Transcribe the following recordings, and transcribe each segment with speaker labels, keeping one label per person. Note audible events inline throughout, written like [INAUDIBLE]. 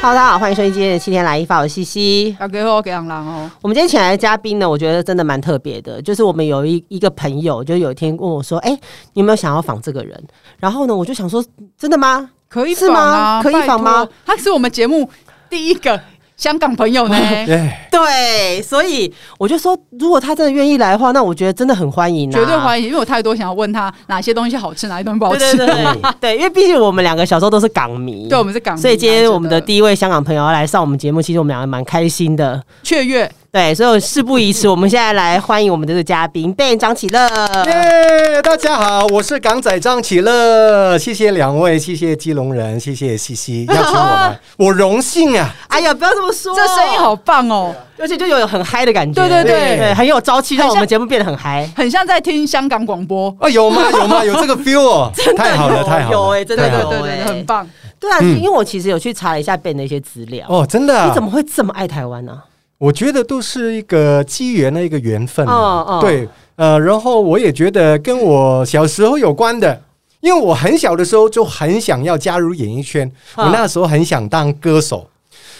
Speaker 1: Hello，大家好，欢迎收听今天的七天来一发，我是西西。
Speaker 2: 要给我给人哦，
Speaker 1: 我们今天请来的嘉宾呢，我觉得真的蛮特别的，就是我们有一一个朋友，就有一天问我说：“哎、你有没有想要访这个人？”然后呢，我就想说：“真的吗？
Speaker 2: 可以
Speaker 1: 是
Speaker 2: 仿啊，
Speaker 1: 吗可以
Speaker 2: 拜托
Speaker 1: 仿吗？
Speaker 2: 他是我们节目第一个香港朋友
Speaker 1: [LAUGHS]
Speaker 2: 呢，
Speaker 1: 啊
Speaker 3: 哎，
Speaker 1: 对，所以我就说，如果他真的愿意来的话，那我觉得真的很欢迎、啊，
Speaker 2: 绝对
Speaker 1: 迎。
Speaker 2: 欢迎，因为我太多想要问他哪些东西好吃，哪些东西不好
Speaker 1: 对
Speaker 2: 吃。
Speaker 1: 对对对，因为毕竟我们两个小时候都是港迷，
Speaker 2: [LAUGHS] 对我们是港迷啊，
Speaker 1: 所以今天我们的
Speaker 2: 真
Speaker 1: 第一位香港朋友要来上我们节目，其实我们两个蛮开心的。
Speaker 2: 雀跃，
Speaker 1: 对，所以我事不宜迟，我们现在来欢迎我们的这个嘉宾 Ben 张启乐。
Speaker 3: 耶！大家好，我是港仔张启乐，谢谢两位，谢谢基隆人，谢谢
Speaker 1: [LAUGHS]
Speaker 3: 西西邀请我们，我荣幸啊！
Speaker 1: 哎呀，不要这么说，
Speaker 2: 这声音好棒哦，
Speaker 1: 而且就有很嗨的感觉，
Speaker 2: 对对
Speaker 3: 对
Speaker 1: 对，很有朝气，让我
Speaker 2: 很
Speaker 1: 们
Speaker 2: 像
Speaker 1: 节目变得很嗨。
Speaker 2: 很像在听香港广播。
Speaker 3: 啊，有吗？有吗？有这个 feel
Speaker 1: [LAUGHS]
Speaker 3: 哦，太好了，
Speaker 1: 有
Speaker 3: 太好了，
Speaker 1: 有哎真的
Speaker 2: 对对
Speaker 3: 太好了
Speaker 2: 对
Speaker 1: 有欸
Speaker 2: 对，很棒。
Speaker 1: 对啊，因为我其实有去查了一下 Ben 的一些资料，
Speaker 3: 嗯哦，真的啊、
Speaker 1: 你怎么会这么爱台湾啊呢？
Speaker 3: 我觉得都是一个机缘的一个缘分、啊。
Speaker 1: 哦哦
Speaker 3: 对，呃，然后我也觉得跟我小时候有关的，因为我很小的时候就很想要加入演艺圈，
Speaker 1: 嗯
Speaker 3: 我那时候很想当歌手。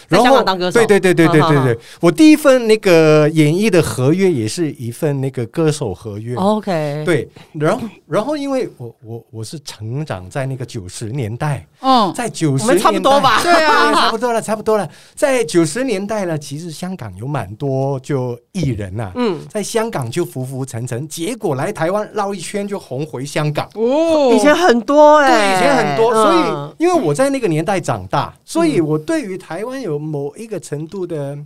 Speaker 1: 在
Speaker 3: 然
Speaker 1: 香
Speaker 3: 后
Speaker 1: 港当歌手
Speaker 3: 对对对对对
Speaker 1: 嗯嗯
Speaker 3: 对对，我第一份那个演艺的合约也是一份那个歌手合约。
Speaker 1: OK，，
Speaker 3: 嗯对，然后然后因为我我我是成长在那个九十年代，
Speaker 1: 哦
Speaker 2: 嗯，
Speaker 3: 在九十
Speaker 1: 我们差不多吧
Speaker 3: 对
Speaker 1: [LAUGHS]
Speaker 3: [LAUGHS] 啊，差不多了，差不多了。在九十年代呢，其实香港有蛮多就艺人呐、
Speaker 1: 嗯，
Speaker 3: 在香港就浮浮沉沉，结果来台湾绕一圈就红回香港。
Speaker 2: 哦，
Speaker 1: 以前很多
Speaker 3: 对，
Speaker 1: 哎，
Speaker 3: 以前很多，所
Speaker 1: 嗯
Speaker 3: 以因为我在那个年代长大，所以我对于台湾有某一个程度的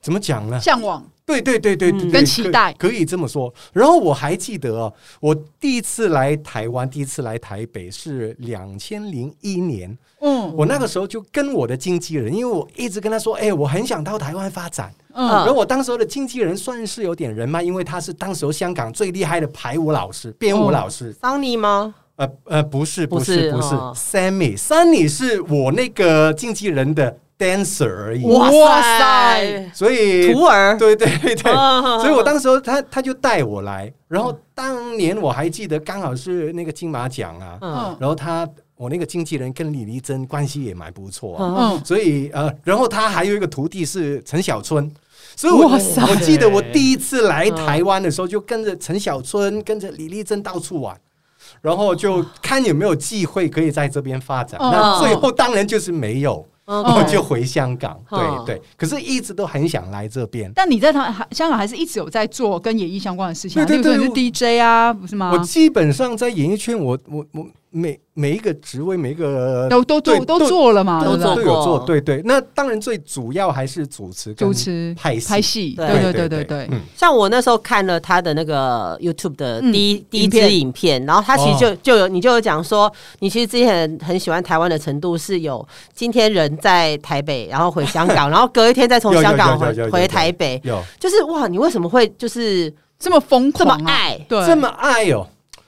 Speaker 3: 怎么讲呢？
Speaker 2: 向往，
Speaker 3: 对对对对
Speaker 1: 嗯
Speaker 3: 对对，
Speaker 2: 跟期待
Speaker 3: 可以可以这么说。然后我还记得哦，我第一次来台湾，第一次来台北是两千零一年，
Speaker 2: 嗯
Speaker 3: 我那个时候就跟我的经纪人，因为我一直跟他说，哎、我很想到台湾发展。
Speaker 1: 嗯
Speaker 2: 嗯
Speaker 3: 然后我当时候的经纪人算是有点人脉，因为他是当时候香港最厉害的排舞老师、编舞老师。
Speaker 1: 桑尼吗？
Speaker 3: 呃呃，不是，
Speaker 1: 不
Speaker 3: 不
Speaker 1: 是
Speaker 3: 是，不是
Speaker 1: 哦
Speaker 3: ，Sammy，Sammy 是我那个经纪人的 dancer 而已。
Speaker 2: 哇塞，
Speaker 3: 所以
Speaker 1: 徒儿，
Speaker 3: 对对对对，
Speaker 1: 嗯
Speaker 3: 所以我当时候他他就带我来，然后当年我还记得刚好是那个金马奖啊，
Speaker 1: 嗯
Speaker 3: 然后他我那个经纪人跟李丽珍关系也蛮不错、啊，
Speaker 2: 嗯，
Speaker 3: 所以呃，然后他还有一个徒弟是陈小春。所以我，
Speaker 2: 哇塞
Speaker 3: 我记得我第一次来台湾的时候，就跟着陈小春、跟着李丽珍到处玩，然后就看有没有机会可以在这边发展。
Speaker 2: 嗯
Speaker 3: 那最后当然就是没有，
Speaker 1: 嗯
Speaker 3: 我
Speaker 2: 哦
Speaker 3: 就回香港。
Speaker 1: 嗯
Speaker 3: 对对，可是一直都很想来这边。
Speaker 2: 但你在台还香港还是一直有在做跟演艺相关的事情啊，
Speaker 3: 对对对
Speaker 2: 例如说你是 DJ 啊，不是吗
Speaker 3: 我？基本上在演艺圈，我我我每每一个职位，每一个
Speaker 2: 都都做
Speaker 3: 对
Speaker 2: 都
Speaker 3: 对
Speaker 2: 做了嘛，
Speaker 1: 都
Speaker 2: 对不
Speaker 1: 做
Speaker 2: 对
Speaker 3: 都有做，对对。那当然最主要还是主持跟
Speaker 2: 主持
Speaker 3: 拍戏
Speaker 2: 拍戏，
Speaker 1: 对
Speaker 2: 对对对
Speaker 3: 对
Speaker 2: 对
Speaker 3: 对
Speaker 2: 对，
Speaker 3: 嗯
Speaker 1: 像我那时候看了他的那个 YouTube 的
Speaker 2: 嗯
Speaker 1: 第一、第一
Speaker 2: 影
Speaker 1: 支
Speaker 2: 片
Speaker 1: 影片，然后他其实
Speaker 3: 哦
Speaker 1: 就、就有你就有讲说，你其实之前很喜欢台湾的程度是有今天人在台北，然后回香
Speaker 3: [LAUGHS]
Speaker 1: 港，然后隔一天再从
Speaker 3: 有有
Speaker 1: 香港
Speaker 3: 有有
Speaker 1: 回
Speaker 3: 有有
Speaker 1: 回
Speaker 3: 有
Speaker 1: 台北，
Speaker 3: 有
Speaker 1: 就是哇，你为什么会就是
Speaker 2: 这么疯
Speaker 1: 这么
Speaker 2: 狂啊，
Speaker 1: 爱、
Speaker 2: 对，
Speaker 3: 这么爱哦，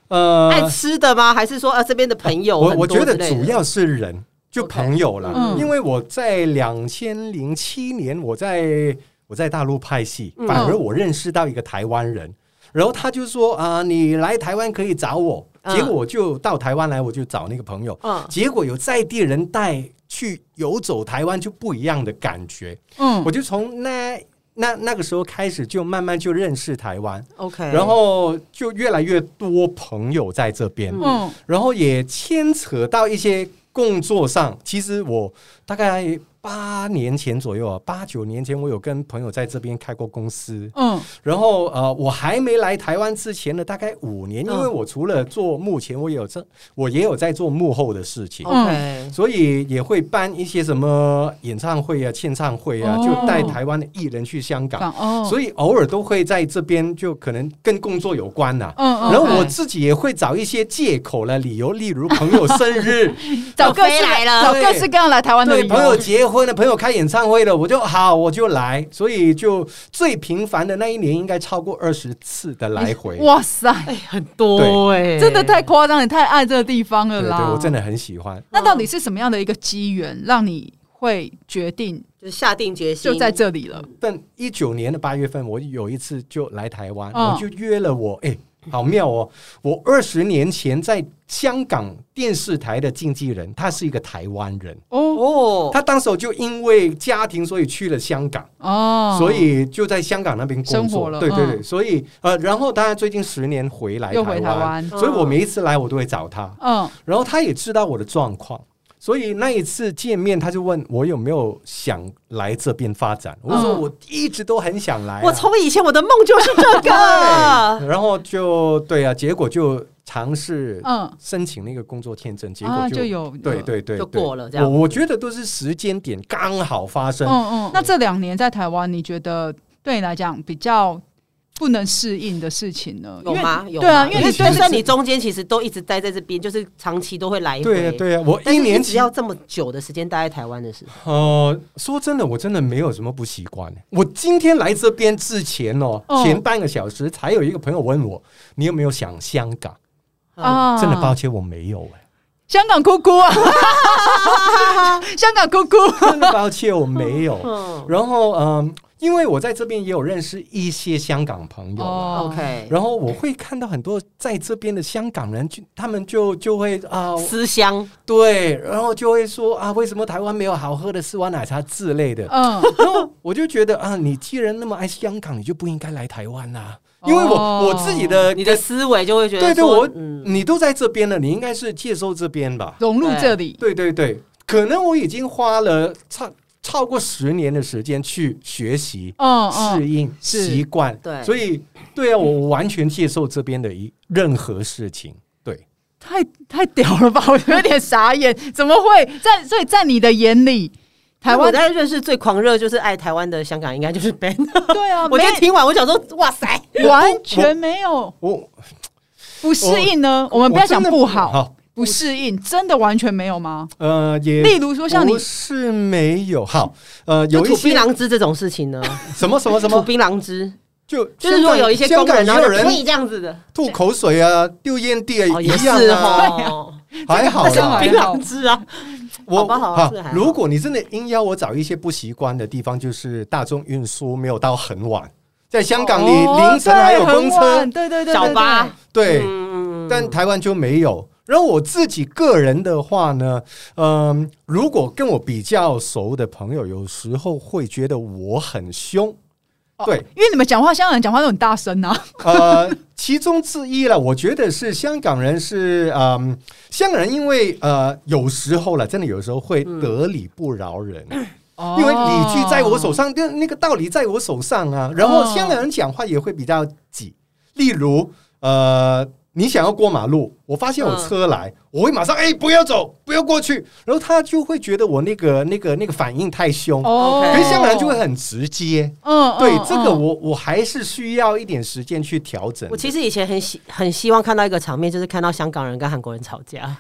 Speaker 3: 呃，
Speaker 1: 爱吃的吗？还是说呃这边的朋友
Speaker 3: 我
Speaker 1: 很
Speaker 3: 我
Speaker 1: 多之
Speaker 3: 觉
Speaker 1: 类的？
Speaker 3: 得主要是人，就
Speaker 1: OK
Speaker 3: 朋友了。
Speaker 2: 嗯
Speaker 3: 因为我在两千零七年，我在我在大陆拍戏，
Speaker 1: 嗯
Speaker 3: 反而我认识到一个台湾人，然后他就说啊、你来台湾可以找我。
Speaker 1: 嗯
Speaker 3: 结果我就到台湾来，我就找那个朋友，
Speaker 1: 嗯
Speaker 3: 结果有在地人带去游走台湾就不一样的感觉。
Speaker 2: 嗯
Speaker 3: 我就从那那那个时候开始，就慢慢就认识台湾，
Speaker 1: OK，
Speaker 3: 然后就越来越多朋友在这边。
Speaker 1: 嗯
Speaker 2: 嗯
Speaker 3: 然后也牵扯到一些工作上。其实我大概八年前左右啊，八九年前我有跟朋友在这边开过公司。
Speaker 2: 嗯
Speaker 3: 然后呃，我还没来台湾之前呢，大概五年，
Speaker 1: 嗯
Speaker 3: 因为我除了做幕前，我也有这我也有在做幕后的事情。
Speaker 1: OK，
Speaker 3: 所以也会办一些什么演唱会啊、签唱会啊，
Speaker 2: 哦
Speaker 3: 就带台湾的艺人去香港，
Speaker 2: 港哦，以
Speaker 3: 所以偶尔都会在这边，就可能跟工作有关呐、
Speaker 2: 嗯嗯，
Speaker 3: 然后我
Speaker 2: 对
Speaker 3: 自己也会找一些借口来理由，例如朋友生
Speaker 2: [LAUGHS]
Speaker 3: 日，
Speaker 2: 找各式
Speaker 1: 我飞来了
Speaker 2: 找各式各样来台湾的
Speaker 3: 对
Speaker 2: 理
Speaker 3: 朋友
Speaker 2: 由，
Speaker 3: 结婚了，朋友开演唱会了，我就好我就来，所以就最频繁的那一年应该超过二十次的来回。
Speaker 2: 哇塞，
Speaker 1: 很多哎、
Speaker 2: 真的太夸张了，你太爱这个地方了
Speaker 3: 对对，
Speaker 2: 啦！
Speaker 3: 我真
Speaker 2: 的。
Speaker 3: 的很喜欢。
Speaker 2: 那到底是什么样的一个机缘，让你会决定
Speaker 1: 就是下定决心
Speaker 2: 就在这里了？
Speaker 3: 但一九年的八月份，我有一次就来台湾，
Speaker 2: 嗯
Speaker 3: 我就约了我，哎、好妙哦！我二十年前在香港电视台的经纪人，他是一个台湾人，
Speaker 2: 哦哦
Speaker 1: 哦，
Speaker 3: 他当时候就因为家庭，所以去了香港，
Speaker 2: 哦，
Speaker 3: 所以就在香港那边工
Speaker 2: 生
Speaker 3: 作
Speaker 2: 活了
Speaker 3: 对对
Speaker 2: 嗯
Speaker 3: 对，所以呃，然后当然最近十年回来
Speaker 2: 又回台湾
Speaker 3: 所以我每一次来我都会找他，
Speaker 2: 嗯
Speaker 3: 然后他也知道我的状况。所以那一次见面，他就问我有没有想来这边发展。我说
Speaker 2: 嗯
Speaker 3: 我一直都很想来啊、
Speaker 1: 我从以前我的梦就是这个。
Speaker 3: [LAUGHS] 对，然后就对啊，结果就尝试
Speaker 2: 嗯，
Speaker 3: 申请那个工作签证，结果
Speaker 2: 啊
Speaker 3: 就,、
Speaker 2: 就有
Speaker 3: 对，对对
Speaker 1: 就
Speaker 3: 对
Speaker 1: 过了这样
Speaker 3: 我我觉得都是时间点刚好发
Speaker 2: 嗯
Speaker 3: 生。
Speaker 2: 嗯。那这两年在台湾，你觉得对你来讲比较不能适应的事情呢？
Speaker 1: 有吗？有
Speaker 2: 对啊，
Speaker 1: 吗
Speaker 2: 因为
Speaker 1: 你
Speaker 2: 你对
Speaker 1: 就
Speaker 2: 自
Speaker 1: 算
Speaker 2: 己
Speaker 1: 你中间其实都一直待在这边，就是长期都会来回。
Speaker 3: 对啊，对啊，我
Speaker 1: 但
Speaker 3: 一
Speaker 1: 是
Speaker 3: 年
Speaker 1: 只
Speaker 3: 前
Speaker 1: 要这么久的时间待在台湾的时候，
Speaker 3: 呃，说真的，我真的没有什么不习惯。欸我今天来这边之前哦，
Speaker 2: 嗯
Speaker 3: 前半个小时才有一个朋友问我，你有没有想香港？
Speaker 1: 啊，
Speaker 2: 啊，
Speaker 3: 真的抱歉，我没有哎、
Speaker 2: 香港姑姑啊，香港姑姑，
Speaker 3: 真的抱歉，我
Speaker 1: [LAUGHS]
Speaker 3: 没有。
Speaker 1: 嗯
Speaker 3: 然后嗯、因为我在这边也有认识一些香港朋友
Speaker 1: 哦
Speaker 2: 哦
Speaker 3: 啦。
Speaker 1: ，OK，
Speaker 3: 然后我会看到很多在这边的香港人，就他们就就会啊、
Speaker 1: 思乡，
Speaker 3: 对，然后就会说啊，为什么台湾没有好喝的丝瓜奶茶之类的？
Speaker 2: 嗯，
Speaker 3: 然后我就觉得啊，你既然那么爱香港，你就不应该来台湾啦、因为我、
Speaker 2: 哦
Speaker 3: 我自己的
Speaker 1: 你的思维就会觉得
Speaker 3: 呃对对，
Speaker 1: 说
Speaker 3: 我、
Speaker 1: 嗯，
Speaker 3: 你都在这边了，你应该是接受这边吧？
Speaker 2: 融入这里，
Speaker 3: 对对对，可能我已经花了超超过十年的时间去学习、
Speaker 2: 嗯
Speaker 3: 适
Speaker 2: 嗯，
Speaker 3: 应、
Speaker 2: 是嗯
Speaker 3: 习惯，
Speaker 1: 对
Speaker 3: 所以对啊，我完全接受这边的一任何事情。对，
Speaker 2: 太太屌了吧！我有点傻眼，怎么会在？所以在你的眼里，台
Speaker 1: 我
Speaker 2: 湾
Speaker 1: 在认识最狂热就是爱台湾的香港，应该就是 Ben。
Speaker 2: 对啊，
Speaker 1: [LAUGHS] 我今天听完，我想说，哇塞，
Speaker 2: 没完全没有
Speaker 3: 我
Speaker 2: 不适应呢。我嗯们不要讲不好，
Speaker 3: 好，
Speaker 2: 不适应真的完全没有吗？
Speaker 3: 呃，也
Speaker 2: 例如说像你
Speaker 3: 不是没有好，呃，有
Speaker 1: 就
Speaker 3: 一
Speaker 1: 吐槟
Speaker 3: 些
Speaker 1: 榔汁这种事情呢，
Speaker 3: 什么什么什
Speaker 1: 吐
Speaker 3: 么，
Speaker 1: 槟榔汁
Speaker 3: 就
Speaker 1: 就是如果有一些工人，然
Speaker 3: 香港
Speaker 1: 后
Speaker 3: 也有
Speaker 1: 就
Speaker 3: 人
Speaker 1: 呸这样子的，
Speaker 3: 吐口水啊，丢烟蒂啊，
Speaker 1: 哦，
Speaker 3: 一
Speaker 1: 也是
Speaker 3: 样啊，
Speaker 1: [LAUGHS] 哦，
Speaker 2: [LAUGHS]
Speaker 3: 还好
Speaker 2: 这个好像。
Speaker 3: 啦
Speaker 1: 槟榔汁啊，好
Speaker 3: 我
Speaker 1: 吧好吧啊
Speaker 3: 好
Speaker 1: 是还好
Speaker 3: 如果你真的硬要我找一些不习惯的地方，就是大众运输没有到很晚，在香港你
Speaker 1: 哦
Speaker 3: 凌晨还有
Speaker 2: 哦哦
Speaker 3: 公
Speaker 2: 对很晚
Speaker 3: 车，
Speaker 2: 对对对，对
Speaker 1: 小巴，，
Speaker 3: 对，
Speaker 1: 嗯，
Speaker 3: 但台湾就没有。然后我自己个人的话呢，嗯，如果跟我比较熟的朋友，有时候会觉得我很凶，对，
Speaker 2: 对因为你们讲话，香港人讲话都很大声啊。
Speaker 3: 呃，其中之一了，我觉得是香港人是，嗯，香港人因为呃，有时候了，真的有时候会得理不饶人，
Speaker 1: 哦
Speaker 3: 因为理据在我手上，那那个道理在我手上啊。然后
Speaker 2: 哦
Speaker 3: 香港人讲话也会比较挤，例如，呃，你想要过马路，我发现有车来，我会马上哎、不要走，不要过去，然后他就会觉得我那个那个那个反应太凶，
Speaker 2: 哦，
Speaker 1: OK
Speaker 3: 可
Speaker 1: 可
Speaker 3: 是香港人就会很直接。
Speaker 2: 嗯，嗯，
Speaker 3: 对
Speaker 2: 嗯
Speaker 3: 这个我，我还是需要一点时间去调整的。
Speaker 1: 我其实以前很希很希望看到一个场面，就是看到香港人跟韩国人吵架，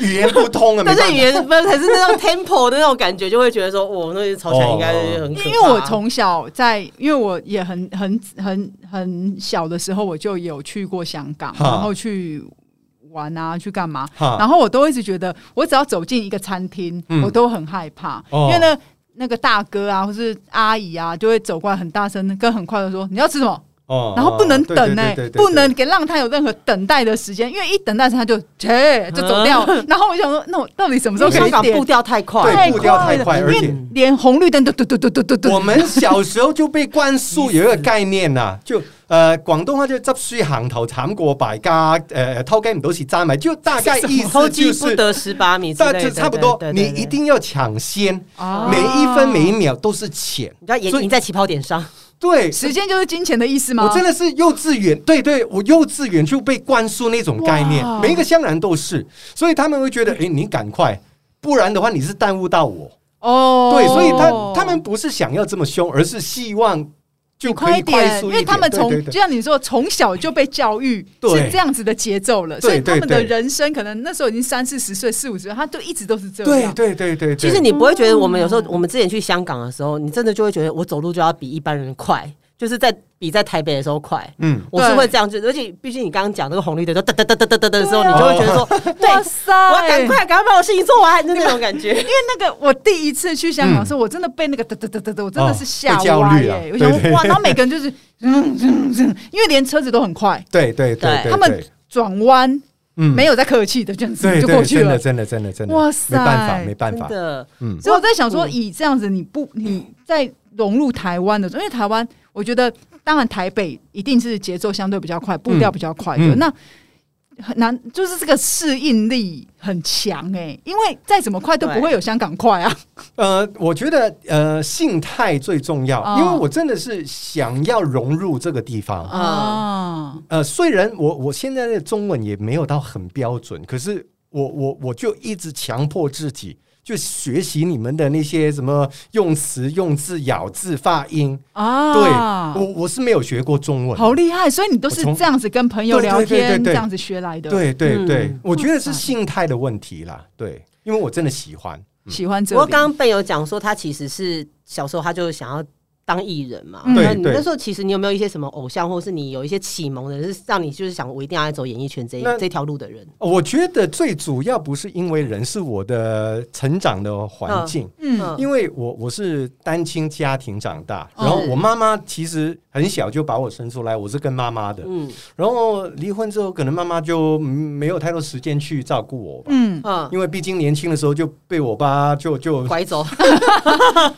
Speaker 3: 语言不通啊了，没
Speaker 1: 但
Speaker 3: 办
Speaker 1: 是语
Speaker 3: 法。
Speaker 1: 言不是，可是那种 tempo 的那种感觉，就会觉得说，我那吵起来应该是很可怕。
Speaker 2: 因为我从小在，因为我也很很很很小的时候，我就有去过香港，
Speaker 3: 哈
Speaker 2: 然后去玩啊，去干嘛？
Speaker 3: 哈，
Speaker 2: 然后我都一直觉得，我只要走进一个餐厅，
Speaker 3: 嗯
Speaker 2: 我都很害怕，
Speaker 3: 哦
Speaker 2: 因为呢，那个大哥啊，或是阿姨啊，就会走过来很大声跟很快的说你要吃什么，
Speaker 3: 哦
Speaker 2: 然后不能等
Speaker 1: 哎
Speaker 2: 呢、不能。
Speaker 3: 对对对对对对
Speaker 2: 给让他有任何等待的时间，因为一等待他就
Speaker 3: 嗯
Speaker 2: 切就走掉，然后我就想说，那我到底什么时
Speaker 1: 因
Speaker 2: 候
Speaker 1: 为香
Speaker 2: 可以
Speaker 1: 港
Speaker 2: 点
Speaker 1: 步调太快，
Speaker 3: 对步调
Speaker 2: 太
Speaker 3: 太快
Speaker 2: 了
Speaker 3: 而
Speaker 2: 因
Speaker 3: 且
Speaker 2: 为连红绿灯都嘟嘟嘟嘟嘟嘟，
Speaker 3: 我们小时候就被灌输有一个概
Speaker 1: [LAUGHS]
Speaker 3: 念呐、就呃廣東話就執輸行頭慘過敗家，呃偷雞唔到蝕揸米，就大概意
Speaker 1: 偷
Speaker 3: 思
Speaker 1: 鸡
Speaker 3: 就
Speaker 1: 不
Speaker 3: 是，
Speaker 1: 得十八米之
Speaker 3: 大
Speaker 1: 类
Speaker 3: 就
Speaker 1: 的，
Speaker 3: 差不多
Speaker 1: 对，
Speaker 3: 你
Speaker 1: 对对哦
Speaker 3: 一定要抢先，
Speaker 2: 啊
Speaker 3: 每一分每一秒都是钱，
Speaker 1: 你要赢
Speaker 3: 所以
Speaker 1: 赢在起跑点上，
Speaker 3: 对，
Speaker 2: 时间就是金钱的意思吗？
Speaker 3: 我真的是幼稚园，对对，我幼稚园就被灌输那种概念
Speaker 2: 哇，
Speaker 3: 每一个香港人都是，所以他们会觉得，哎，你赶快，不然的话你是耽误到我。
Speaker 2: 哦，
Speaker 3: 对，所以他他们不是想要这么凶，而是希望就可
Speaker 2: 快
Speaker 3: 以快
Speaker 2: 点，
Speaker 3: 速
Speaker 2: 因
Speaker 3: 一
Speaker 2: 为他们
Speaker 3: 对
Speaker 2: 从
Speaker 3: 对
Speaker 2: 就
Speaker 3: 对
Speaker 2: 像你说，从小就被教育
Speaker 3: 对
Speaker 2: 是这样子的节奏了，
Speaker 3: 对
Speaker 2: 所以他们的
Speaker 3: 对对
Speaker 2: 人生可能那时候已经三四十岁、四五十岁，他都一直都是这
Speaker 3: 对
Speaker 2: 样。
Speaker 3: 对对对，
Speaker 1: 其实你不会觉得，我们有时候我们之前去香港的时候，你真的就会觉得我走路就要比一般人快，就是在比在台北的时候快。
Speaker 3: 嗯，
Speaker 1: 我是
Speaker 2: 对
Speaker 1: 会这样子，而且毕竟你刚刚讲那个红绿灯，就噔噔噔噔噔噔的时候，
Speaker 2: 对
Speaker 1: 你
Speaker 2: 啊
Speaker 1: 就会觉得说，
Speaker 3: [LAUGHS]
Speaker 1: 对，
Speaker 2: 哇
Speaker 1: 我
Speaker 2: 塞！
Speaker 1: 要赶快赶快把我事情做完，就那种感觉。
Speaker 2: 因为那个我第一次去香港的时候，我真的被那个哒哒哒哒哒，我真的是吓
Speaker 3: 嗯哦被焦
Speaker 2: 歪
Speaker 3: 虑
Speaker 2: 耶、
Speaker 3: 啊
Speaker 2: 我想
Speaker 3: 对对
Speaker 2: 说哇，然后每个人就是嗯嗯嗯，因为连车子都很快，
Speaker 3: 对对对对，
Speaker 2: 他们转弯
Speaker 3: 嗯
Speaker 2: 没有在客气的这样子
Speaker 3: 对
Speaker 2: 就过
Speaker 3: 对，
Speaker 2: 去
Speaker 3: 真
Speaker 2: 了
Speaker 3: 的。真的真的真的，
Speaker 2: 哇塞
Speaker 3: 没办法没办
Speaker 1: 真
Speaker 3: 法，
Speaker 1: 的，
Speaker 3: 嗯
Speaker 2: 所以我在想说，以这样子你不你在融入台湾的时候，因为台湾我觉得当然台北一定是节奏相对比较快，步调比较快的，
Speaker 3: 嗯
Speaker 2: 那很难就是这个适应力很强哎、因为再怎么快都不会有香港快啊。
Speaker 3: 呃，我觉得呃，心态最重要，
Speaker 2: 哦
Speaker 3: 因为我真的是想要融入这个地方。
Speaker 2: 啊，
Speaker 3: 呃，虽然我我现在的中文也没有到很标准，可是我我我就一直强迫自己，就学习你们的那些什么用词、用字、咬字、发音。
Speaker 2: 啊，
Speaker 3: 对，我我是没有学过中文，
Speaker 2: 好厉害！所以你都是
Speaker 3: 我从
Speaker 2: 这样子跟朋友聊
Speaker 3: 对对对对
Speaker 2: 天，
Speaker 3: 对
Speaker 2: 这样子学来的。，
Speaker 3: 对对对，
Speaker 1: 嗯
Speaker 3: 我觉得是
Speaker 2: 哇塞
Speaker 3: 心态的问题啦。对，因为我真的喜欢。
Speaker 2: 喜欢这
Speaker 1: 不
Speaker 2: 里。
Speaker 1: 过刚刚贝有讲说，他其实是小时候他就想要当艺人嘛。
Speaker 2: 嗯
Speaker 1: 那
Speaker 3: 对
Speaker 1: 你
Speaker 3: 对
Speaker 1: 那时候其实你有没有一些什么偶像，或是你有一些启蒙的人，是让你就是想我一定要来走演艺圈这一
Speaker 3: 那
Speaker 1: 这条路的人？
Speaker 3: 我觉得最主要不是因为人，是我的成长的环
Speaker 1: 嗯
Speaker 3: 境。
Speaker 2: 嗯
Speaker 1: 嗯
Speaker 3: 因为我我是单亲家庭长大，然后我妈妈其实很小就把我生出来，我是跟妈妈的。
Speaker 1: 嗯
Speaker 3: 然后离婚之后，可能妈妈就嗯没有太多时间去照顾我吧，
Speaker 2: 嗯，
Speaker 1: 嗯，
Speaker 3: 因为毕竟年轻的时候就被我爸就就，
Speaker 1: 拐走，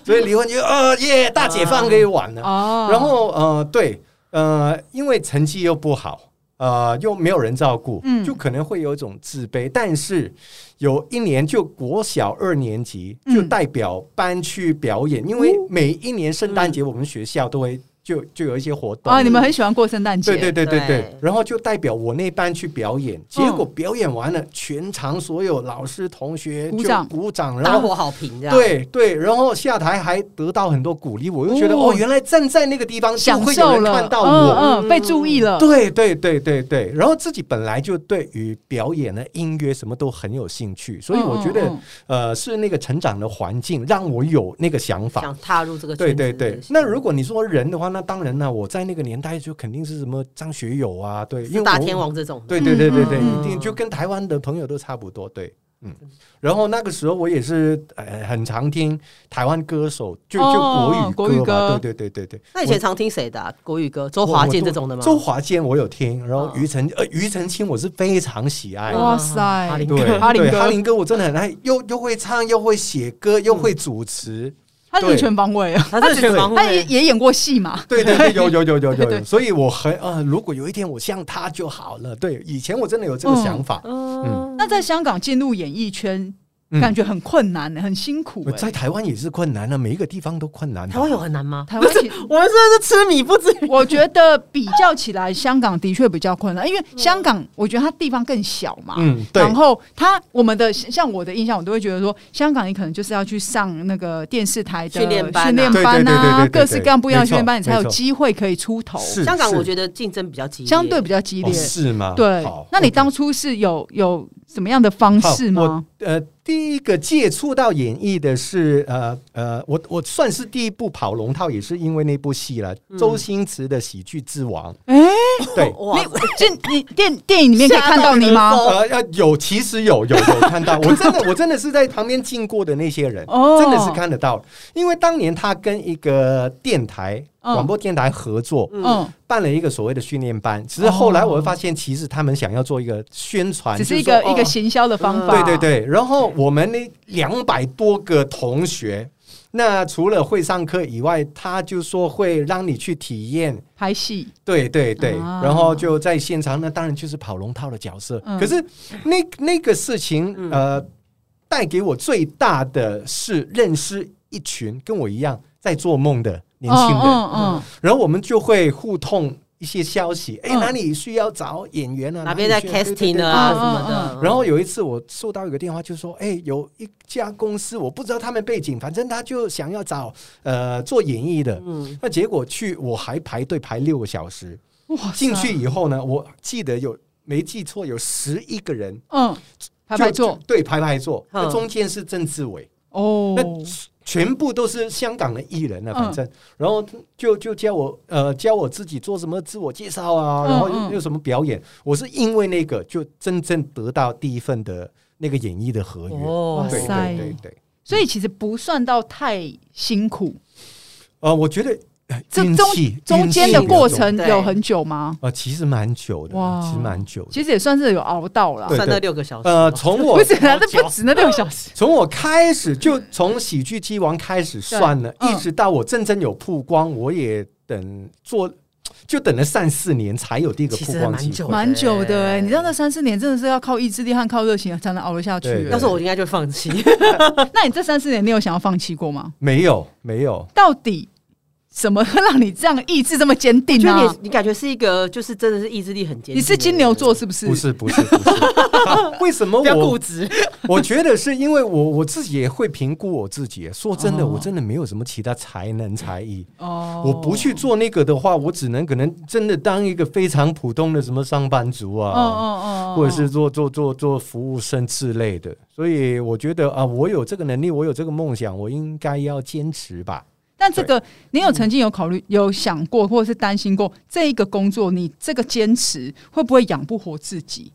Speaker 3: 所以离婚就呃耶大解
Speaker 1: 啊
Speaker 3: 放给晚了。
Speaker 2: 哦，
Speaker 3: 嗯然后呃对呃，因为成绩又不好。呃，又没有人照顾，
Speaker 2: 嗯
Speaker 3: 就可能会有一种自卑。但是有一年，就国小二年级
Speaker 2: 嗯
Speaker 3: 就
Speaker 2: 哦
Speaker 3: 代表班去表演，因为每一年圣诞节我们学校都会就就有一些活动。
Speaker 2: 啊，你们很喜欢过圣诞节，
Speaker 3: 对对对对对
Speaker 1: 对，
Speaker 3: 然后就代表我那班去表演，结
Speaker 2: 哦
Speaker 3: 果表演完了，全场所有老师同学
Speaker 2: 鼓
Speaker 3: 就
Speaker 2: 掌
Speaker 3: 鼓掌，然
Speaker 1: 大
Speaker 3: 后
Speaker 1: 获好评这样。，
Speaker 3: 对对，然后下台还得到很多鼓励，我就觉得
Speaker 2: 哦
Speaker 3: 哦原来站在那个地方就
Speaker 2: 享
Speaker 3: 会有
Speaker 2: 受
Speaker 3: 人
Speaker 2: 了，
Speaker 3: 看到我。
Speaker 2: 嗯嗯，被注意了，
Speaker 3: 对对对对对，然后自己本来就对于表演的音乐什么都很有兴趣，所以我觉得、
Speaker 2: 嗯嗯嗯
Speaker 3: 呃是那个成长的环境让我有那个想法。
Speaker 1: 想踏入这个圈
Speaker 3: 对
Speaker 1: 子。
Speaker 3: 对对，那如果你说人的话，那当然了，我在那个年代就肯定是什么张学友啊，对，因为
Speaker 1: 四大
Speaker 3: 我
Speaker 1: 天王这种，
Speaker 3: 对对对对对，
Speaker 2: 嗯
Speaker 3: 一定就跟台湾的朋友都差不多，对。嗯，然后那个时候我也是呃很常听台湾歌手，就就国
Speaker 2: 哦
Speaker 3: 语
Speaker 2: 国语
Speaker 3: 歌嘛，
Speaker 2: 歌
Speaker 3: 对对对对对。
Speaker 1: 那以前常听谁的啊国语歌？周华健这种的吗？
Speaker 3: 周华健我有听，然
Speaker 2: 哦
Speaker 3: 后
Speaker 1: 嗯
Speaker 3: 庾澄呃庾澄庆我是非常喜爱的，
Speaker 2: 哇塞
Speaker 1: 哈林
Speaker 3: 对
Speaker 1: 哥
Speaker 3: 哎对
Speaker 2: 哦 [LAUGHS] 哈林哥
Speaker 3: 哈林哥我真的很爱，又又会唱又会写歌又会主持，
Speaker 2: 他
Speaker 3: 对
Speaker 2: 是全方位啊，
Speaker 1: 他是全方
Speaker 2: [LAUGHS] 他
Speaker 3: 哎
Speaker 2: 也
Speaker 1: 位，
Speaker 2: 也演过戏嘛，
Speaker 3: 对
Speaker 2: [LAUGHS]
Speaker 3: 对对，有有有有有
Speaker 2: 对
Speaker 3: 有，所以我很呃，如果有一天我像他就好了。对，以前我真的有这个想法，
Speaker 1: 嗯，
Speaker 2: 那在香港进入演艺圈，
Speaker 3: 嗯
Speaker 2: 感觉很困难，很辛苦欸
Speaker 3: 呃在台湾也是困难啊，每一个地方都困难。
Speaker 1: 台湾有，很难吗？
Speaker 2: 台湾
Speaker 3: [LAUGHS]
Speaker 2: 其
Speaker 1: 我们是不是吃米不知
Speaker 2: 我觉得比较起来，香港的确比较困难，因为香港我觉得它地方更小嘛，
Speaker 3: 嗯，对
Speaker 2: 然，后他我们的像我的印象，我都会觉得说，香港你可能就是要去上那个电视台的
Speaker 1: 训练班啊
Speaker 2: 训练班
Speaker 3: 对对对对对对
Speaker 2: 各式各样不一样的训练班，
Speaker 3: 没
Speaker 2: 你
Speaker 3: 错
Speaker 2: 才有机会可以出头，
Speaker 3: 是
Speaker 1: 香港
Speaker 3: 是
Speaker 1: 我觉得竞争比较激烈，
Speaker 2: 相对比较激
Speaker 3: 哦
Speaker 2: 烈。
Speaker 3: 是吗？
Speaker 2: 对
Speaker 3: 好，
Speaker 2: 那你
Speaker 3: OK
Speaker 2: 当初是有有什么样的方式
Speaker 3: 好
Speaker 2: 吗？
Speaker 3: 我呃，第一个接触到演艺的是呃呃，我我算是第一部跑龙套，也是因为那部戏了，
Speaker 1: 嗯
Speaker 3: 周星驰的《喜剧之王》
Speaker 2: 哎，
Speaker 3: 对。
Speaker 1: 哦哇
Speaker 2: 你进你电电影里面可以看到你
Speaker 1: 吓
Speaker 2: 吗
Speaker 1: 到？
Speaker 3: 呃，呃有，其实有有有看
Speaker 1: [LAUGHS]
Speaker 3: 到，我真的我真的是在旁边经过的那些人，
Speaker 2: 哦
Speaker 3: 真的是看得到，因为当年他跟一个电台
Speaker 2: 嗯
Speaker 3: 广播电台合作，
Speaker 2: 嗯，
Speaker 3: 办了一个所谓的训练班，只是后来我会发现，其实他们想要做一个宣传，
Speaker 2: 只是
Speaker 3: 就
Speaker 2: 一个
Speaker 3: 说哦
Speaker 2: 一个行销的方法。
Speaker 3: 嗯对对，对，然后我们那两百多个同学，那除了会上课以外，他就说会让你去体验。
Speaker 2: 拍戏
Speaker 3: 对对对，
Speaker 2: 啊
Speaker 3: 然后就在现场，那当然就是跑龙套的角色。
Speaker 2: 嗯
Speaker 3: 可是那那个事情，
Speaker 1: 嗯
Speaker 3: 呃，带给我最大的是认识一群跟我一样在做梦的年轻人。
Speaker 2: 嗯嗯
Speaker 3: 然后我们就会互通一些消息，哎，
Speaker 2: 嗯
Speaker 3: 哪里需要找演员啊？
Speaker 1: 哪边在
Speaker 3: 里需要
Speaker 1: casting
Speaker 3: 对对对
Speaker 1: 呢啊
Speaker 2: 对
Speaker 1: 什
Speaker 2: 对对
Speaker 1: 么
Speaker 2: 嗯
Speaker 1: 的，
Speaker 3: 然后有一次我收到一个电话，就说：“哎，有一家公司，我不知道他们背景，反正他就想要找呃做演艺的。
Speaker 1: 嗯，
Speaker 3: 那结果去我还排队排六个小时，
Speaker 2: 哇塞，
Speaker 3: 嗯进去以后呢，我记得有没记错有十一个人
Speaker 2: 嗯，排排
Speaker 3: 就
Speaker 2: 坐
Speaker 3: 就对排排坐，那
Speaker 1: 嗯
Speaker 3: 中间是郑志伟，
Speaker 2: 哦
Speaker 3: 那，全部都是香港的艺人啊，
Speaker 2: 嗯
Speaker 3: 反正，然后就就教我呃教我自己做什么自我介绍啊，
Speaker 2: 嗯
Speaker 3: 然后
Speaker 2: 嗯
Speaker 3: 又有什么表演，我是因为那个就真正得到第一份的那个演艺的合约，
Speaker 1: 哦
Speaker 2: 哇
Speaker 3: 嗯对
Speaker 2: 塞
Speaker 3: 对对对，
Speaker 2: 所以其实不算到太辛苦。
Speaker 3: 呃，我觉得
Speaker 2: 这
Speaker 3: 运
Speaker 2: 中
Speaker 3: 气
Speaker 2: 中间的过程
Speaker 3: 运气
Speaker 1: 对
Speaker 2: 有很久吗？
Speaker 3: 呃，其实蛮久的，
Speaker 2: 哇
Speaker 3: 其实蛮久的。
Speaker 2: 其实也算是有熬到了
Speaker 3: 对，
Speaker 1: 算那六个小时。
Speaker 2: [LAUGHS]
Speaker 3: 呃，从我
Speaker 2: 不是啦，那不止那六小时。
Speaker 3: 从我开始就从喜剧之王开始算了，
Speaker 2: 嗯
Speaker 3: 一直到我真正有曝光，我也等做就等了三四年才有第一个
Speaker 1: 其
Speaker 3: 曝
Speaker 1: 实
Speaker 3: 光
Speaker 1: 蛮
Speaker 3: 机
Speaker 1: 久
Speaker 3: 会。
Speaker 2: 蛮久的哎、你知道那三四年真的是要靠意志力和靠热情才能熬得下去欸
Speaker 3: 对。
Speaker 1: 要是我应该就放弃。 [LAUGHS]
Speaker 2: 那你这三四年，你有想要放弃过吗？
Speaker 3: 没有，没有，
Speaker 2: 到底什么让你这样意志这么坚定
Speaker 1: 就
Speaker 2: 呢、
Speaker 1: 你，你感觉是一个，就是真的是意志力很坚定。
Speaker 2: 你是金牛座，是不是？
Speaker 3: 不是，不是，不是。 [LAUGHS] 为什么
Speaker 1: 不要
Speaker 2: [LAUGHS]
Speaker 3: 我
Speaker 1: 固执。
Speaker 3: 我觉得是因为我我自己也会评估我自己。说真的，
Speaker 2: 哦
Speaker 3: 我真的没有什么其他才能才艺。
Speaker 2: 哦
Speaker 3: 我不去。做那个的话，我只能可能真的当一个非常普通的什么上班族
Speaker 2: 哦
Speaker 3: 啊。
Speaker 2: 哦哦，
Speaker 3: 或者是做做做做服务生之类的。所以我觉得啊，我有这个能力，我有这个梦想，我应该要坚持吧。
Speaker 2: 但这个，你有曾经有考虑、有想过，或者是担心过这一个工作，你这个坚持会不会养不活自己？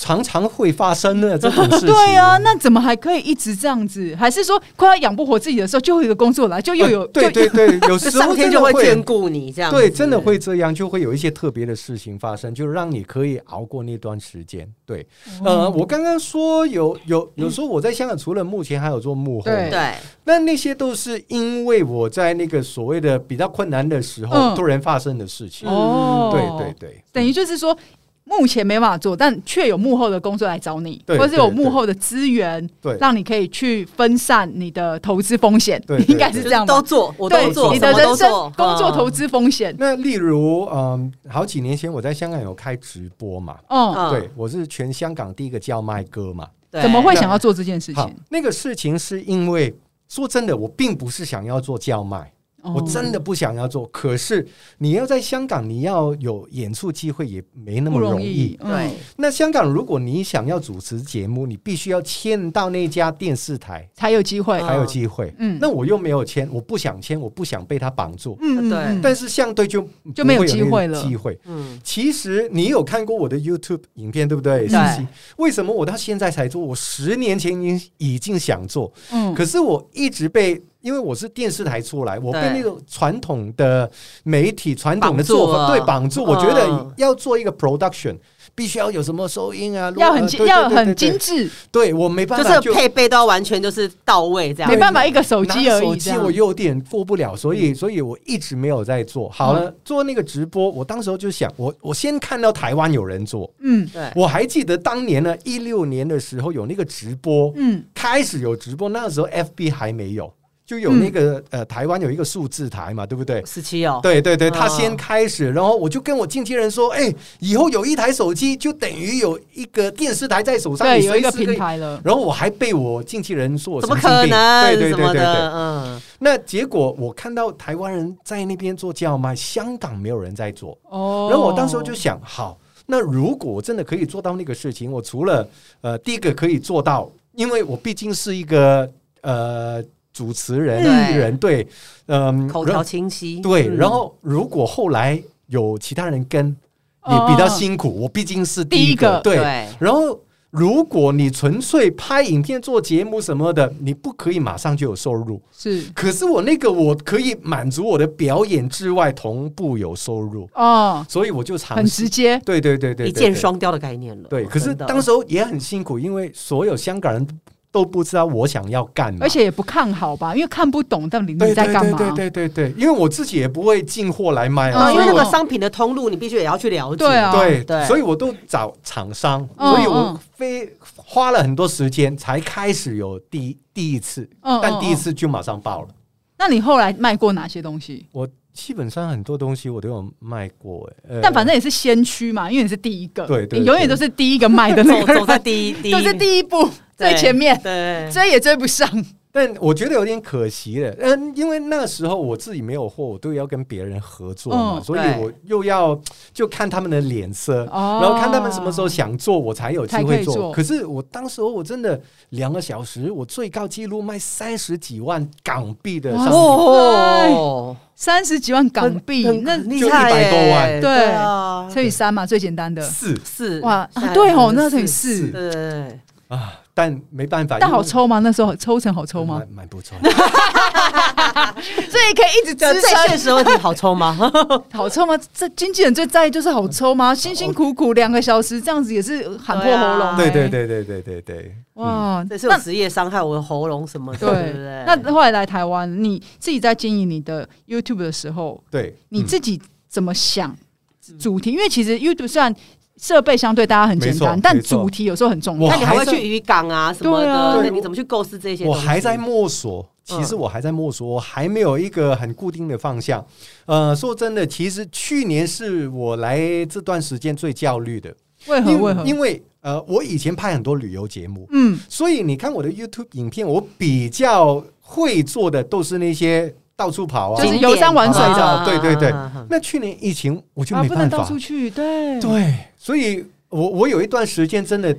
Speaker 3: 常常会发生的这种事情，
Speaker 2: [LAUGHS] 对啊，那怎么还可以一直这样子？还是说快要养不活自己的时候，就会有一个工作来，就又有、
Speaker 3: 呃对
Speaker 2: 就
Speaker 3: 对对，
Speaker 1: 就
Speaker 3: 有时
Speaker 1: 上
Speaker 3: 候
Speaker 1: 天
Speaker 3: 真
Speaker 1: 就
Speaker 3: 的
Speaker 1: 会眷
Speaker 3: 会。
Speaker 1: 顾你这样。
Speaker 3: 对，真的。会这样，就会有一些特别的事情发生，就让你可以熬过那段时间。对，
Speaker 2: 嗯
Speaker 3: 呃，我刚刚说有有有时候我在香港，除了目前还有做幕后嘛，
Speaker 2: 对
Speaker 1: 对，
Speaker 3: 那那些都是因为我在那个所谓的比较困难的时候
Speaker 2: 嗯
Speaker 3: 突然发生的事情。
Speaker 2: 哦，
Speaker 3: 嗯对对对，
Speaker 2: 等于就是说，目前没办法做，但却有幕后的工作来找你，
Speaker 3: 对
Speaker 2: 或者是有
Speaker 3: 对对
Speaker 2: 幕后的资源，
Speaker 3: 对
Speaker 2: 让你可以去分散你的投资风险，
Speaker 3: 对对
Speaker 2: 应该是这样
Speaker 1: 都
Speaker 2: 吧？
Speaker 1: 做，我
Speaker 2: 对
Speaker 1: 都做，
Speaker 2: 你的
Speaker 1: 什么
Speaker 2: 人
Speaker 1: 都
Speaker 2: 生
Speaker 1: 做
Speaker 2: 工作
Speaker 1: 嗯
Speaker 2: 投。资风险，
Speaker 3: 那例如，嗯，好几年前我在香港有开直播嘛，
Speaker 2: 嗯，
Speaker 1: 嗯
Speaker 3: 对，我是全香港第一个叫卖哥嘛。
Speaker 1: 对
Speaker 2: 怎么会想要做这件事
Speaker 3: 好
Speaker 2: 情？，
Speaker 3: 那个事情是因为说真的，我并不是想要做叫卖，我真
Speaker 2: 的
Speaker 3: 的不想要做。可是你要在香港，你要有演出机会也没那
Speaker 2: 不
Speaker 3: 么
Speaker 2: 容
Speaker 3: 容
Speaker 2: 易
Speaker 3: 易。，
Speaker 1: 对
Speaker 2: 嗯，
Speaker 3: 那香港，如果你想要主持节目，你必须要签到那家电视台
Speaker 2: 才有机会
Speaker 1: 嗯，
Speaker 3: 才有机会。
Speaker 2: 嗯，
Speaker 3: 那我又没有签，我不想签，我不想被他绑住。
Speaker 2: 嗯
Speaker 1: 对
Speaker 2: 嗯
Speaker 3: 但是相对就
Speaker 2: 就没有
Speaker 3: 不会
Speaker 2: 机会
Speaker 3: 那个
Speaker 2: 了
Speaker 3: 机会。
Speaker 1: 嗯，
Speaker 3: 其实你有看过我的 YouTube 影片，对不对？
Speaker 1: 对
Speaker 3: 是不是为什么我到现在才做？我十年前已经已经想做，
Speaker 2: 嗯，
Speaker 3: 可是我一直被，因为我是电视台出来，我被
Speaker 1: 对
Speaker 3: 那种传统的媒体、传统的
Speaker 1: 绑住
Speaker 3: 做
Speaker 1: 了
Speaker 3: 法对绑住。
Speaker 1: 嗯
Speaker 3: 我觉得要做一个 production，必须要有什么收音啊，录
Speaker 2: 要很
Speaker 3: 啊
Speaker 2: 精
Speaker 3: 对对
Speaker 2: 要
Speaker 3: 对
Speaker 2: 很
Speaker 3: 对对
Speaker 2: 精致，
Speaker 3: 对我没办
Speaker 1: 就
Speaker 3: 法
Speaker 1: 是
Speaker 3: 就。
Speaker 1: 配备都要完全就是到位这样
Speaker 2: 没。办法，一个手
Speaker 3: 拿
Speaker 2: 机而
Speaker 3: 手
Speaker 2: 已，
Speaker 3: 机
Speaker 2: 这样嗯
Speaker 3: 我有点过不了，所以所以我一直没有在做。好了，做那个直播，我当时候就想，我我先看到台湾有人做，
Speaker 2: 嗯
Speaker 1: 对，
Speaker 3: 我还记得当年呢，一六年的时候有那个直播，
Speaker 2: 嗯
Speaker 3: 开始有直播，那个时候 FB 还没有，就有那个、呃台湾有一个数字台嘛，对不对？
Speaker 1: 十七嗯哦，
Speaker 3: 对对对，
Speaker 1: 哦
Speaker 3: 他先开始，然后我就跟我经纪人说，哎，以后有一台手机就等于有一个电视台在手上，
Speaker 2: 对，
Speaker 3: 你
Speaker 2: 有一个
Speaker 3: 随时可以
Speaker 2: 平。台了，
Speaker 3: 然后我还被我经纪人说我
Speaker 1: 怎么
Speaker 3: 神经
Speaker 1: 可
Speaker 3: 病
Speaker 1: 能？
Speaker 3: 对对
Speaker 1: 什
Speaker 3: 对
Speaker 1: 么
Speaker 3: 对对。
Speaker 1: 的，嗯，
Speaker 3: 那结果我看到台湾人在那边做叫卖，香港没有人在做，
Speaker 2: 哦，
Speaker 3: 然后我当时候就想，好，那如果我真的可以做到那个事情，我除了呃，第一个可以做到，因为我毕竟是一个呃主持人、
Speaker 1: 对
Speaker 3: 艺人，对，嗯、
Speaker 1: 口
Speaker 3: 然
Speaker 1: 条清晰，
Speaker 3: 对。
Speaker 1: 嗯
Speaker 3: 然后如果后来有其他人跟，你
Speaker 2: 哦
Speaker 3: 比较辛苦，我毕竟是
Speaker 2: 第一
Speaker 3: 一
Speaker 2: 个
Speaker 3: 对。
Speaker 1: 对
Speaker 3: 然后如果你纯粹拍影片、做节目什么的，你不可以马上就有收入。
Speaker 2: 是
Speaker 3: 可是我那个我可以满足我的表演之外，同步有收入，
Speaker 2: 哦，
Speaker 3: 所以我就尝
Speaker 2: 很
Speaker 3: 试
Speaker 2: 直接，
Speaker 3: 对对对对，
Speaker 1: 一
Speaker 3: 对
Speaker 1: 箭
Speaker 3: 对
Speaker 1: 双雕的概念了。
Speaker 3: 对，可是
Speaker 1: 真的
Speaker 3: 当时候也很辛苦，因为所有香港人都不知道我想要干嘛，
Speaker 2: 而且也不看好吧，因为看不懂到底
Speaker 3: 对
Speaker 2: 你在
Speaker 3: 对
Speaker 2: 干
Speaker 3: 对
Speaker 2: 嘛。
Speaker 3: 对对对对，因为我自己也不会进货来卖啊，
Speaker 1: 啊，
Speaker 2: 嗯
Speaker 1: 因
Speaker 3: 所
Speaker 1: 为
Speaker 3: 以
Speaker 1: 那
Speaker 3: 我
Speaker 1: 个商品的通路，你必须也要去了解。
Speaker 2: 对啊
Speaker 3: 对
Speaker 1: 对
Speaker 3: 所以我都找厂商，
Speaker 2: 嗯
Speaker 3: 所以我
Speaker 2: 嗯
Speaker 3: 非花了很多时间才开始有第一第一次，
Speaker 2: 嗯
Speaker 3: 但
Speaker 2: 嗯
Speaker 3: 第一次就马上爆了。
Speaker 2: 那你后来卖过哪些东西？
Speaker 3: 我基本上很多东西我都有卖过，哎呃
Speaker 2: 但反正也是先驱嘛，因为你是第一个，
Speaker 3: 对对
Speaker 2: 你永远
Speaker 3: 对
Speaker 2: 都是第一个卖的那
Speaker 1: 走
Speaker 3: [LAUGHS]
Speaker 2: 个人
Speaker 1: 走
Speaker 2: [LAUGHS]
Speaker 1: 在第一，第一
Speaker 2: 就是第一步
Speaker 1: 对
Speaker 2: 最前面，
Speaker 1: 对，
Speaker 2: 追也追不上。
Speaker 3: 但我觉得有点可惜了，嗯，因为那时候我自己没有货，我都要跟别人合作嘛，
Speaker 2: 嗯
Speaker 3: 所以
Speaker 1: 对
Speaker 3: 我又要就看他们的脸色，
Speaker 2: 哦
Speaker 3: [LAUGHS] 然后看他们什么时候想做，我才有机
Speaker 2: 才可
Speaker 3: 会
Speaker 2: 以
Speaker 3: 做。
Speaker 2: 做
Speaker 3: 可是我当时候我真的两个小时，我最高纪录卖三十几万港币的
Speaker 2: 哇
Speaker 3: 商品，
Speaker 1: 哦，
Speaker 2: 三十几万港币，
Speaker 1: 很
Speaker 2: 那
Speaker 1: 很厉
Speaker 3: 就
Speaker 1: 害
Speaker 3: 100多万
Speaker 1: 耶
Speaker 2: 对
Speaker 1: 对啊，
Speaker 2: 乘以三嘛，最简单的
Speaker 3: 是
Speaker 1: 四
Speaker 2: 哇
Speaker 1: 现在
Speaker 2: 对哦
Speaker 1: 是
Speaker 2: 那乘以
Speaker 1: 四
Speaker 2: 四
Speaker 1: 对对对
Speaker 3: 啊，但没办法，
Speaker 2: 但
Speaker 3: 因为嗯
Speaker 2: 好抽吗？那时候抽成好抽吗？
Speaker 3: 蛮蛮不错的。
Speaker 2: 所以可以一直
Speaker 3: 啊
Speaker 1: 这
Speaker 2: 支
Speaker 1: 这
Speaker 2: 撑
Speaker 1: 现实问题好抽吗？
Speaker 2: 好抽吗？这经纪人最在意就是好抽
Speaker 3: 哦
Speaker 2: 吗？辛辛苦苦两个小时这样子也是喊破喉咙、欸
Speaker 3: 对对，嗯对对对对对，
Speaker 2: 哇，
Speaker 1: [LAUGHS] 这是有
Speaker 2: 那
Speaker 1: 职业伤害，我的喉咙什么的，对
Speaker 2: 对
Speaker 1: 不对？
Speaker 2: 那后来来台湾，你自己在经营你的 YouTube 的时候，
Speaker 3: 对，
Speaker 2: 你
Speaker 3: 嗯
Speaker 2: 自己怎么想主题？因为其实 YouTube 虽然设备相对大家很简单
Speaker 3: 没错，
Speaker 2: 但
Speaker 3: 没错
Speaker 2: 主题有时候很重
Speaker 3: 我
Speaker 1: 那
Speaker 2: 要。
Speaker 1: 你还会
Speaker 3: 还在
Speaker 1: 去渔港啊什么
Speaker 2: 对啊
Speaker 1: 的？那
Speaker 3: 对
Speaker 1: 你怎么去构思这些？
Speaker 3: 我还在，摸索，
Speaker 2: 嗯
Speaker 3: 其实我还在摸索，我还没有一个很固定的方向。呃，说真的，其实去年是我来这段时间最焦虑的，
Speaker 2: 为何？
Speaker 3: 因
Speaker 2: 为何？
Speaker 3: 因为呃，我以前拍很多旅游节目，
Speaker 2: 嗯，
Speaker 3: 所以你看我的 YouTube 影片，我比较会做的都是那些到处跑啊。
Speaker 2: 就是游山玩水
Speaker 3: 的
Speaker 1: 啊
Speaker 3: 对对对
Speaker 1: 啊啊啊
Speaker 3: 那去年疫情我就
Speaker 2: 啊，
Speaker 3: 没
Speaker 2: 不能
Speaker 3: 办法，
Speaker 2: 到处去，对，
Speaker 3: 对，所以我我有一段时间真的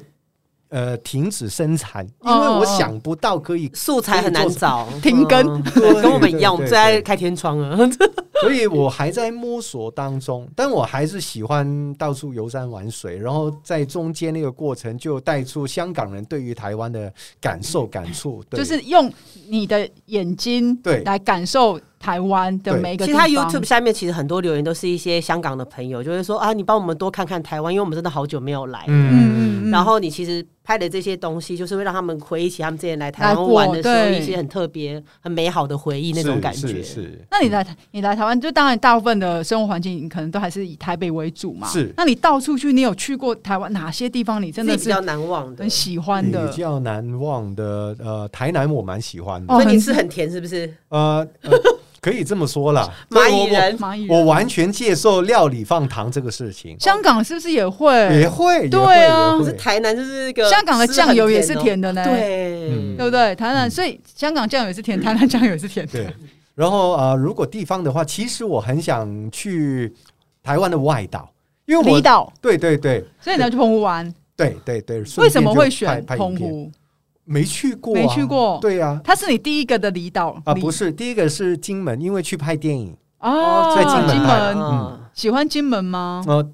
Speaker 3: 呃停止生产，因
Speaker 2: 哦
Speaker 3: 为我想不到可以
Speaker 1: 素材很难找，
Speaker 2: [LAUGHS] 停更
Speaker 1: 嗯
Speaker 3: 对
Speaker 1: 跟我们一样，我
Speaker 3: 对对
Speaker 1: 们最爱开天窗啊
Speaker 2: [LAUGHS]
Speaker 1: 了。
Speaker 3: [LAUGHS] 所以我还在摸索当中，但我还是喜欢到处游山玩水，然后在中间那个过程就带出香港人对于台湾的感受感触，对
Speaker 2: 就是用你的眼睛
Speaker 3: 对
Speaker 2: 来感受台湾的
Speaker 3: 对
Speaker 2: 每一个
Speaker 1: 其
Speaker 2: 地
Speaker 1: 实他
Speaker 2: 方。
Speaker 1: YouTube 下面其实很多留言都是一些香港的朋友，就会说啊，你帮我们多看看台湾，因为我们真的好久没有来。
Speaker 3: 嗯
Speaker 1: 然后你其实拍的这些东西，就是会让他们回忆起他们之前来台
Speaker 2: 来
Speaker 1: 湾
Speaker 2: 过
Speaker 1: 玩的时候
Speaker 2: 对
Speaker 1: 一些很特别、很美好的回忆那种感觉
Speaker 3: 是。是
Speaker 2: 那你来你来台湾，就当然大部分的生活环境可能都还是以台北为主嘛。
Speaker 3: 是
Speaker 2: 那你到处去，你有去过台湾哪些地方？你真
Speaker 1: 自
Speaker 2: 的
Speaker 1: 己比
Speaker 2: 是
Speaker 1: 较难忘的
Speaker 2: 很，喜欢
Speaker 1: 嗯
Speaker 3: 比
Speaker 2: 的？
Speaker 3: 较难忘的呃，台南我蛮喜欢的，
Speaker 2: 哦
Speaker 1: 所以你
Speaker 2: 很
Speaker 1: 吃很甜是不是？
Speaker 3: 呃呃，可以这么说啦，
Speaker 1: [LAUGHS] 蚂
Speaker 3: 所以
Speaker 1: 蚁
Speaker 3: 我
Speaker 1: 人
Speaker 2: 蚂蚁人
Speaker 3: 我我完全接受料理放糖这个事情，
Speaker 2: 香港是不是也会？
Speaker 3: 也会，也
Speaker 2: 对
Speaker 3: 会
Speaker 2: 啊
Speaker 3: 也
Speaker 1: 可
Speaker 3: 会
Speaker 1: 是台南就是一个
Speaker 2: 香港的酱油也是
Speaker 1: 吃很
Speaker 2: 甜的呢
Speaker 1: 哦，对
Speaker 3: 嗯
Speaker 2: 对不对？台南，所以香港酱油也是甜，台南酱油也是甜的
Speaker 3: 对。，然后啊、呃如果地方的话，其实我很想去台湾的外岛，因为我
Speaker 2: 离岛，
Speaker 3: 对对对
Speaker 2: 所以你要去澎湖玩，
Speaker 3: 对对对，顺便
Speaker 2: 为什么会
Speaker 3: 就拍
Speaker 2: 选
Speaker 3: 拍
Speaker 2: 澎
Speaker 3: 影片？
Speaker 2: 湖？
Speaker 3: 没去过、啊，
Speaker 2: 没去过
Speaker 3: 对呀、
Speaker 2: 它是你第一个的离岛
Speaker 3: 啊，啊，
Speaker 2: 离
Speaker 3: 不是，第一个是金门，因为去拍电影，
Speaker 2: 啊，
Speaker 3: 在
Speaker 1: 哦
Speaker 3: 金门
Speaker 2: 金
Speaker 3: 拍的
Speaker 2: 门
Speaker 3: 嗯
Speaker 2: 喜欢金门吗？
Speaker 3: 呃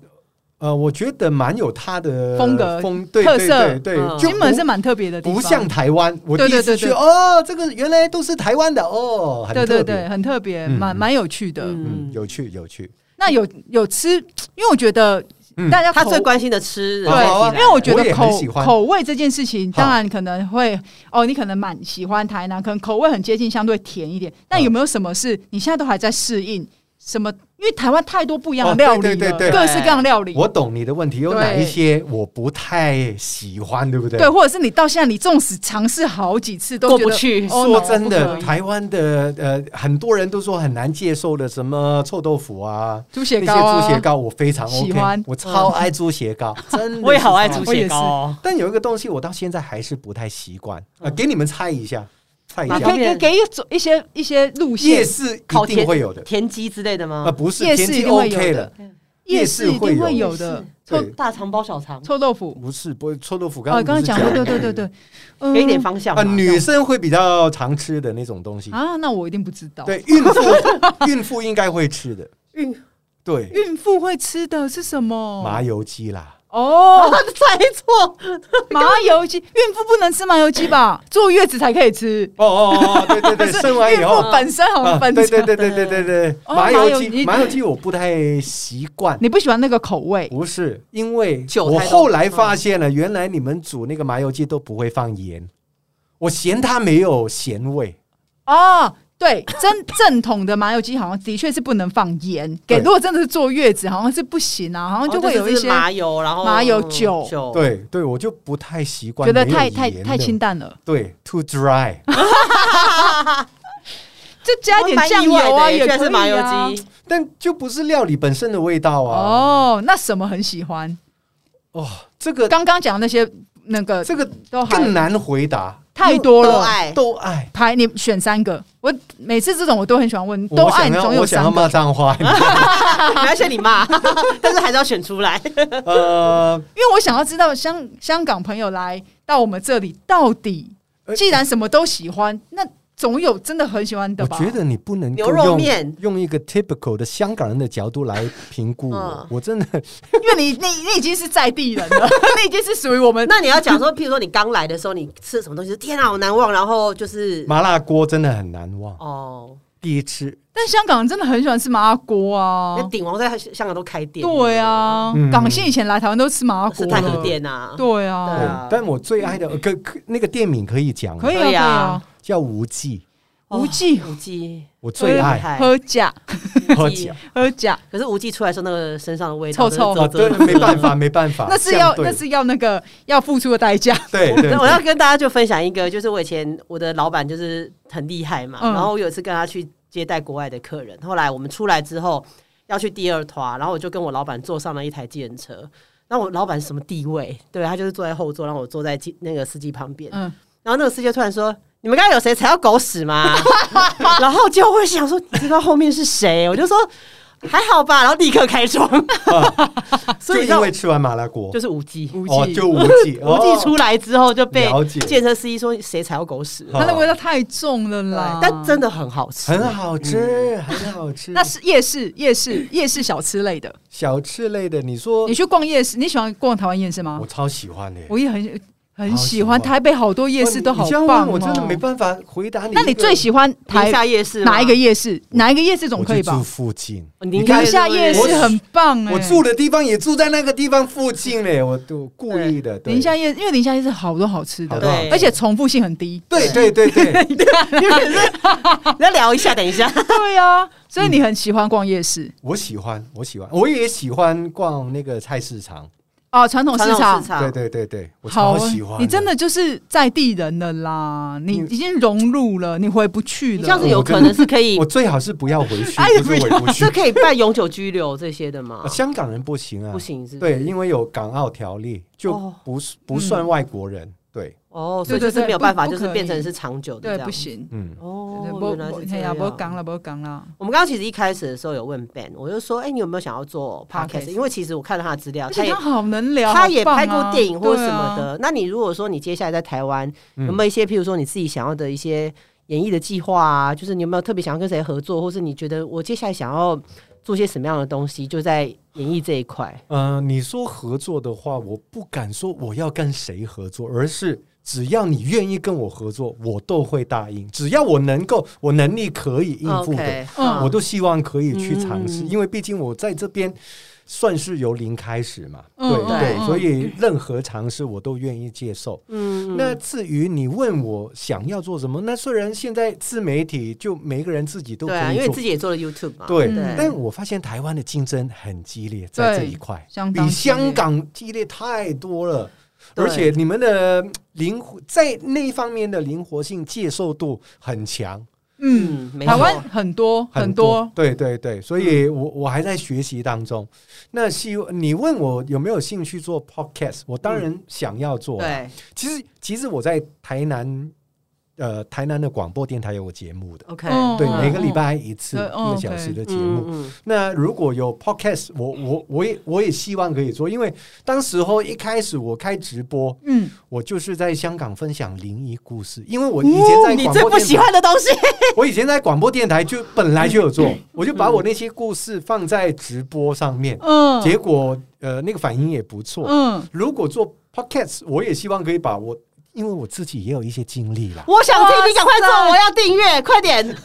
Speaker 3: 呃，我觉得蛮有它的
Speaker 2: 哦风格
Speaker 3: 风对
Speaker 2: 特
Speaker 3: 对
Speaker 2: 色
Speaker 3: 对对，
Speaker 1: 嗯
Speaker 3: 就
Speaker 2: 金门
Speaker 3: 不
Speaker 2: 是蛮特别的地
Speaker 3: 不
Speaker 2: 方，
Speaker 3: 像台湾，我第
Speaker 2: 对
Speaker 3: 一
Speaker 2: 对
Speaker 3: 次
Speaker 2: 对
Speaker 3: 去
Speaker 2: 对
Speaker 3: 哦，这个原来都是台湾的哦，很
Speaker 2: 对
Speaker 3: 特
Speaker 2: 对
Speaker 3: 别，
Speaker 2: 对，很特别，
Speaker 3: 嗯
Speaker 2: 蛮
Speaker 3: 嗯
Speaker 2: 蛮有趣的。
Speaker 3: 嗯
Speaker 1: 嗯，，
Speaker 3: 有趣有趣，
Speaker 2: 那有有吃，因为我觉得
Speaker 3: 嗯
Speaker 2: 大家
Speaker 1: 他
Speaker 2: 口
Speaker 1: 最关心的吃的
Speaker 2: 对，
Speaker 1: 问题啦，
Speaker 2: 因为我觉
Speaker 3: 我
Speaker 2: 得
Speaker 3: 也很
Speaker 2: 口
Speaker 3: 喜欢
Speaker 2: 口味这件事情，
Speaker 3: 好
Speaker 2: 当然可能会哦，你可能蛮喜欢台南，可能口味很接近，相对甜一点。但
Speaker 3: 嗯
Speaker 2: 有没有什么是你现在都还在适应？什么？因为台湾太多不一样的
Speaker 3: 哦
Speaker 2: 料理
Speaker 3: 对对
Speaker 2: 了，
Speaker 3: 对对
Speaker 2: 各式各样的料理。
Speaker 3: 我懂你的问题，有哪一些我不太喜欢，对不对？
Speaker 2: 对，或者是你到现在，你纵使尝试好几次都
Speaker 1: 过
Speaker 2: 觉
Speaker 1: 不
Speaker 2: 得
Speaker 1: 去
Speaker 2: 哦
Speaker 3: 说
Speaker 2: no，
Speaker 3: 真
Speaker 2: 不
Speaker 3: 的，
Speaker 2: 可以
Speaker 3: 台湾的呃，很多人都说很难接受的，什么臭豆腐啊，
Speaker 2: 猪
Speaker 3: 那
Speaker 2: 血
Speaker 3: 些
Speaker 2: 糕啊，
Speaker 3: 猪血糕，我非常 OK,
Speaker 2: 喜欢嗯
Speaker 3: 我超爱猪血糕，真的，
Speaker 1: 我也好爱猪
Speaker 2: 我也
Speaker 1: 血
Speaker 2: 是
Speaker 1: 糕哦，
Speaker 3: 但有一个东西，我到现在还是不太习惯
Speaker 2: 嗯
Speaker 3: 啊，给你们猜一下，猜一
Speaker 2: 你
Speaker 1: 麻
Speaker 2: 啊可
Speaker 1: 辣
Speaker 2: 以
Speaker 3: 下，
Speaker 2: 给给一种一些一些路
Speaker 3: 夜
Speaker 2: 线，
Speaker 3: 市
Speaker 1: 烤
Speaker 3: 一定
Speaker 1: 甜
Speaker 3: 会有的
Speaker 1: 田鸡之类的
Speaker 3: 啊，
Speaker 1: 吗？
Speaker 3: 不是
Speaker 2: 嗯夜
Speaker 3: 天
Speaker 2: 市一
Speaker 3: 气
Speaker 2: 定会
Speaker 3: OK
Speaker 2: 有
Speaker 3: 了
Speaker 2: 的，，
Speaker 3: 夜
Speaker 2: 夜
Speaker 3: 市
Speaker 2: 市一定
Speaker 3: 会
Speaker 2: 会
Speaker 3: 有
Speaker 2: 有的
Speaker 1: 臭
Speaker 3: 对
Speaker 1: 大肠包小肠，
Speaker 2: 臭豆腐。
Speaker 3: 不是不是臭豆腐，
Speaker 2: 哦，刚
Speaker 3: 刚
Speaker 2: 刚讲过，
Speaker 3: 过
Speaker 2: 对对对对，嗯
Speaker 1: 给一点方向
Speaker 3: 啊，
Speaker 1: 嘛。
Speaker 3: 女生会比较常吃的那种东西，
Speaker 2: 啊，那我一定不知道。，
Speaker 3: 对，孕妇孕妇应该会
Speaker 2: [LAUGHS]
Speaker 3: 吃的，
Speaker 1: 孕
Speaker 3: 对，
Speaker 2: 孕妇会吃的是什么？
Speaker 3: 麻油鸡啦，
Speaker 1: [LAUGHS]
Speaker 2: 哦，
Speaker 1: 猜错，
Speaker 2: 麻油鸡，孕妇不能吃麻油鸡
Speaker 1: [LAUGHS]
Speaker 2: 吧？坐月子才可以吃。
Speaker 3: 哦哦哦，对对 [LAUGHS] 对，
Speaker 2: 是
Speaker 3: 生完以
Speaker 2: 孕妇
Speaker 3: 后，
Speaker 2: 本身
Speaker 3: 啊
Speaker 2: 很
Speaker 3: 对
Speaker 2: 粉肠，
Speaker 3: 对对对对对对，
Speaker 2: 哦
Speaker 3: 麻油
Speaker 2: 麻油
Speaker 3: 鸡，
Speaker 2: 鸡
Speaker 3: 麻油鸡我不太习惯。
Speaker 2: 你不喜欢那个口味
Speaker 3: 不是，因为
Speaker 1: 韭
Speaker 3: 我
Speaker 1: 菜都
Speaker 3: 后来发现了，原来你们煮那个麻油鸡都不会放盐，我嫌它没有咸味。
Speaker 2: 哦。对，真 [LAUGHS] 正统的麻油鸡好像的确是不能放盐，给
Speaker 3: 对
Speaker 2: 如果真的是坐月子，好像是不行啊，好像就会有一
Speaker 1: 哦就是
Speaker 2: 些
Speaker 1: 麻油，然后
Speaker 2: 麻油酒
Speaker 1: 酒，
Speaker 3: 对对，我就不太习惯，
Speaker 2: 觉得
Speaker 3: 没有
Speaker 2: 太太
Speaker 3: 盐
Speaker 2: 太
Speaker 3: 的
Speaker 2: 清淡了，
Speaker 3: 对，too dry。 [LAUGHS]
Speaker 2: 就加一点酱油
Speaker 1: 我
Speaker 2: 啊，
Speaker 1: 蛮意外的居
Speaker 2: 也可以
Speaker 1: 然是麻
Speaker 2: 啊
Speaker 1: 油。鸡，
Speaker 3: 但就不是料理本身的味道啊！
Speaker 2: 哦，那什么很喜欢？
Speaker 3: 哦，这个
Speaker 2: 刚刚讲那些那个
Speaker 3: 这个
Speaker 2: 都还
Speaker 3: 更难回答，
Speaker 2: 太多
Speaker 1: 都
Speaker 2: 了，
Speaker 1: 爱
Speaker 2: [LAUGHS]
Speaker 3: 都爱。
Speaker 2: 排你选三个，我每次这种我都很喜欢问，都
Speaker 3: 我
Speaker 2: 爱
Speaker 3: 想
Speaker 2: 你
Speaker 3: 要
Speaker 2: 总
Speaker 3: 我
Speaker 2: 有
Speaker 3: 想
Speaker 2: 三
Speaker 3: 要骂
Speaker 2: 个，[LAUGHS]
Speaker 3: 脏话，
Speaker 1: 而且你骂，但是还是要选出
Speaker 2: [LAUGHS]
Speaker 1: 来。
Speaker 3: 呃，
Speaker 2: 因为我想要知道香香港朋友来到我们这里，到底
Speaker 3: 呃
Speaker 2: 既然什么都喜欢，那总有真的很喜欢的
Speaker 3: 我
Speaker 2: 吧？
Speaker 3: 觉得你不能够
Speaker 1: 牛肉
Speaker 3: 用
Speaker 1: 面
Speaker 3: 用一个 typical 的香港人的角度来评估我
Speaker 1: 嗯，
Speaker 3: 我真的
Speaker 2: 因为你你你已经是在地人了，你已经是属于我们
Speaker 1: 那你要讲说，譬如说你刚来的时候，你吃什么东西，天啊，好难忘。然后就是
Speaker 3: 麻辣锅真的很难忘。
Speaker 1: 哦，
Speaker 3: 第一次，
Speaker 2: 但香港人真的很喜欢吃麻辣锅啊
Speaker 1: 那，鼎王在香港都开店，
Speaker 2: 对，啊，
Speaker 3: 嗯
Speaker 2: 港星以前来台湾都吃麻辣锅
Speaker 1: 是
Speaker 2: 了，
Speaker 1: 泰国店啊，
Speaker 2: 对
Speaker 1: 对
Speaker 2: 啊，嗯
Speaker 1: 啊
Speaker 3: 哦但我最爱的呃可可那个店名可以讲吗，
Speaker 2: 可以啊，
Speaker 1: 对
Speaker 2: 可以
Speaker 1: 啊
Speaker 2: 啊，
Speaker 3: 叫无忌，
Speaker 1: 哦
Speaker 2: 无忌
Speaker 1: 无忌
Speaker 3: 我最
Speaker 1: 厉
Speaker 3: 爱
Speaker 1: 害，
Speaker 2: 喝甲
Speaker 3: 喝
Speaker 1: 忌
Speaker 3: 酒
Speaker 2: 喝甲，
Speaker 1: 可是无忌出来的时候，那个身上的味道
Speaker 2: 臭臭
Speaker 3: 啊，
Speaker 1: 真的
Speaker 3: 对，没办法，没办法，
Speaker 2: [LAUGHS] 那是要
Speaker 3: 相对
Speaker 2: 那是要那个要付出的代价，
Speaker 3: 对
Speaker 2: [LAUGHS]
Speaker 3: 对
Speaker 1: 那
Speaker 3: 对
Speaker 1: 我要跟大家就分享一个，就是我以前我的老板就是很厉害嘛，
Speaker 2: 嗯
Speaker 1: 然后我有一次跟他去接待国外的客人，后来我们出来之后要去第二团，然后我就跟我老板坐上了一台计程车。那我老板什么地位？对他就是坐在后座，让我坐在机那个司机旁边。
Speaker 2: 嗯，
Speaker 1: 然后那个司机突然说：“你们刚刚有谁踩到狗屎吗？” [LAUGHS] 然后就会想说：“你知道后面是谁？”我就说：“还好吧。”然后立刻开
Speaker 3: [LAUGHS]
Speaker 1: 窗。所以
Speaker 3: 就
Speaker 1: 你知道
Speaker 3: 因为吃完麻辣锅，
Speaker 1: 就是无忌，
Speaker 2: [LAUGHS] 无
Speaker 3: 哦，
Speaker 2: 忌，
Speaker 3: 就无忌，哦
Speaker 1: 无忌出来之后就被
Speaker 3: 了解
Speaker 1: 健身司机说：“谁踩到狗屎？”
Speaker 3: 哦
Speaker 2: 它的味道太重了啦，
Speaker 1: 但真的很好吃，
Speaker 3: 很好吃，很好吃。
Speaker 2: 嗯那是夜市夜
Speaker 3: [LAUGHS]
Speaker 2: 市夜市小吃类的，
Speaker 3: 小吃类的，你说
Speaker 2: 你去逛夜市，你喜欢逛台湾夜市吗
Speaker 3: 我？超喜欢的。
Speaker 2: 我也很很
Speaker 3: 好
Speaker 2: 喜
Speaker 3: 喜
Speaker 2: 欢，
Speaker 3: 欢
Speaker 2: 台北好多夜市都
Speaker 3: 哦你
Speaker 2: 好
Speaker 3: 你这样
Speaker 2: 棒、
Speaker 3: 问
Speaker 2: 哦，
Speaker 3: 我真的没办法回答你一个。
Speaker 2: 那你最喜欢
Speaker 1: 宁
Speaker 2: 台
Speaker 1: 夏夜市吗
Speaker 2: 哪一个？夜市？哪一个夜市总可以
Speaker 3: 我就住
Speaker 2: 吧？
Speaker 3: 附近，
Speaker 1: 哦
Speaker 3: 你
Speaker 1: 宁
Speaker 3: 看
Speaker 1: 夏
Speaker 2: 宁夏夜
Speaker 3: 我
Speaker 2: 市很棒哎、
Speaker 3: 我住的地方也住在那个地方附近嘞，我都故意的。对
Speaker 2: 宁夏夜，因为宁夏夜市好多好吃
Speaker 3: 好
Speaker 2: 的，
Speaker 3: 多好吃
Speaker 1: 对
Speaker 2: 而且重复性很低。
Speaker 3: 对对对
Speaker 2: [LAUGHS]
Speaker 3: 对，
Speaker 1: 你要聊一下，等一下。
Speaker 2: 对啊，所以你很喜欢逛夜市
Speaker 3: 我喜欢，我喜欢，我也喜欢逛那个菜市场。
Speaker 2: 哦，传统市场。
Speaker 3: 对对对对，我
Speaker 2: 好啊
Speaker 3: 超，喜欢。
Speaker 2: 你真的就是在地人了啦，你
Speaker 3: 嗯
Speaker 2: 已经融入了，你回不去
Speaker 1: 你
Speaker 2: 了。
Speaker 1: 这样子有可能是可以
Speaker 3: 我，最好是不要回去，
Speaker 2: 哎呀
Speaker 3: 不是回不去
Speaker 1: 是。可以办永久居留这些的吗
Speaker 3: 啊？香港人 [LAUGHS] 不行啊，
Speaker 1: 不行是不是
Speaker 3: 对，因为有港澳条例，就
Speaker 1: 哦
Speaker 3: 不是
Speaker 2: 嗯
Speaker 3: 不算外国人。对，
Speaker 1: 哦，所
Speaker 2: 对
Speaker 1: 以就
Speaker 2: 对
Speaker 1: 是
Speaker 2: 对
Speaker 1: 没有办法，
Speaker 2: 不
Speaker 1: 就
Speaker 2: 不
Speaker 1: 是
Speaker 2: 可以
Speaker 1: 变成是长久的
Speaker 2: 对
Speaker 1: 这，样
Speaker 2: 不。行，
Speaker 3: 嗯，
Speaker 1: 哦
Speaker 2: 对，
Speaker 1: 原来是这
Speaker 2: 不要讲
Speaker 1: 样。啊
Speaker 2: 了，不讲了。
Speaker 1: 我们刚刚其实一开始的时候有问 Ben，我就说，哎，你有没有想要做
Speaker 2: Podcast
Speaker 1: podcast？因为其实我看了他的资料，
Speaker 2: 而
Speaker 1: 他
Speaker 2: 且
Speaker 1: 也
Speaker 2: 他好能聊，
Speaker 1: 他也
Speaker 2: 好棒啊
Speaker 1: 拍过电影或什么。
Speaker 2: 对啊
Speaker 1: 的。那你如果说你接下来在台湾
Speaker 3: 嗯
Speaker 1: 有没有一些，譬如说你自己想要的一些演艺的计划啊，就是你有没有特别想要跟谁合作，或是你觉得我接下来想要做些什么样的东西，就在演艺这一块。
Speaker 3: 呃，你说合作的话，我不敢说我要跟谁合作，而是只要你愿意跟我合作，我都会答应。只要我能够，我能力可以应付的
Speaker 1: OK，啊
Speaker 2: 嗯
Speaker 3: 我都希望可以去尝试，
Speaker 1: 嗯
Speaker 3: 因为毕竟我在这边算是由零开始嘛，
Speaker 2: 嗯
Speaker 3: 对
Speaker 2: 嗯
Speaker 3: 对，
Speaker 2: 嗯
Speaker 3: 所以任何尝试我都愿意接受。
Speaker 1: 嗯
Speaker 3: 那至于你问我想要做什么，那虽然现在自媒体就每个人自己都可
Speaker 1: 对啊，
Speaker 3: 以
Speaker 1: 因为
Speaker 3: 做，
Speaker 1: 自己也做了 YouTube 嘛，
Speaker 3: 对，
Speaker 2: 嗯
Speaker 3: 但我发现台湾的竞争很激烈，在这
Speaker 2: 对
Speaker 3: 一块
Speaker 2: 相当
Speaker 3: 比
Speaker 2: 激烈
Speaker 3: 香港激烈太多了，
Speaker 1: 对
Speaker 3: 而且你们的嗯灵活在那一方面的灵活性、接受度很强，
Speaker 2: 嗯，
Speaker 1: 嗯，没错
Speaker 2: 台湾很多很多，嗯
Speaker 3: 对对对，所以我我还在学习当中。那希望你问我有没有兴趣做 podcast，我当然想要做
Speaker 2: 嗯
Speaker 3: 啊、
Speaker 1: 对
Speaker 3: 其实其实我在台南，呃，台南的广播电台有个节目的，
Speaker 1: ，OK，
Speaker 2: 嗯
Speaker 3: 对，
Speaker 2: 嗯
Speaker 3: 每个礼拜一次，
Speaker 2: 对哦
Speaker 3: 一个小时的节目。
Speaker 1: 嗯嗯
Speaker 3: 那如果有 podcast，我我我也我也希望可以做，因为当时候一开始我开直播，
Speaker 2: 嗯，
Speaker 3: 我就是在香港分享灵异故事，因为我以
Speaker 2: 哦
Speaker 3: 前在
Speaker 1: 哦你
Speaker 3: 广
Speaker 1: 最
Speaker 3: 播
Speaker 1: 不
Speaker 3: 电
Speaker 1: 喜
Speaker 3: 台，
Speaker 1: 欢的东 [LAUGHS] 西，
Speaker 3: 我以前在广播电台就本来就
Speaker 1: [LAUGHS]
Speaker 3: 有做，我就把我那些故事放在直播上面，
Speaker 1: 哦
Speaker 2: 嗯，
Speaker 3: 结果呃那个反应也不错。
Speaker 2: 嗯，
Speaker 3: 如果做 podcast，我也希望可以把我，因为我自己也有一些经历啦，
Speaker 1: 我想听，你赶快
Speaker 2: 哇塞
Speaker 1: 做，我要订阅，快点，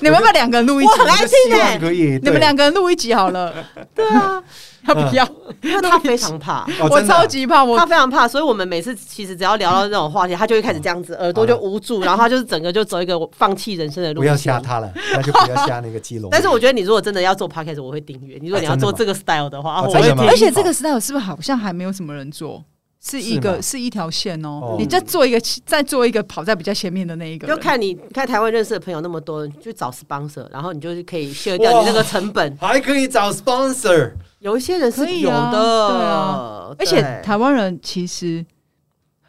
Speaker 2: 你们要不要两个人录一集
Speaker 1: 我？很爱
Speaker 3: 我就
Speaker 1: 听
Speaker 3: 希望
Speaker 1: 欸
Speaker 3: 可以
Speaker 2: 你们两个人录一集好了，
Speaker 1: 对啊，
Speaker 2: [LAUGHS] 要不要？
Speaker 1: 因为他非常哦怕。
Speaker 3: 个
Speaker 2: 我超级怕我
Speaker 1: 他，非常怕，所以我们每次其实只要聊到这种话题，他就会开始这样子，耳朵就捂住，然后他就是整个就走一个放弃人生的路
Speaker 3: 不
Speaker 1: 线。
Speaker 3: 要吓他了，那就不要吓那个基隆人。
Speaker 1: 但是我觉得你如果真的要做 podcast，我会订阅。你如果你要做这个 style 的话，
Speaker 3: 啊
Speaker 1: 我
Speaker 3: 真
Speaker 1: 会
Speaker 3: 的吗
Speaker 1: 订 [LAUGHS] 阅。
Speaker 3: 他
Speaker 2: 而且这个 style 是不是好像还没有什么人做？是一
Speaker 3: 是
Speaker 2: 个
Speaker 3: 吗
Speaker 2: 是一条线哦
Speaker 3: 哦，
Speaker 2: 你再做一个，再做一个跑在比较前面的那一个人，
Speaker 1: 就看你看台湾认识的朋友那么多，你就找 sponsor，然后你就是可以削掉你那个成本。
Speaker 3: 还可以啊找 sponsor，
Speaker 1: 有一些人是有的，
Speaker 2: 可以啊而且
Speaker 1: 对
Speaker 2: 台湾人其实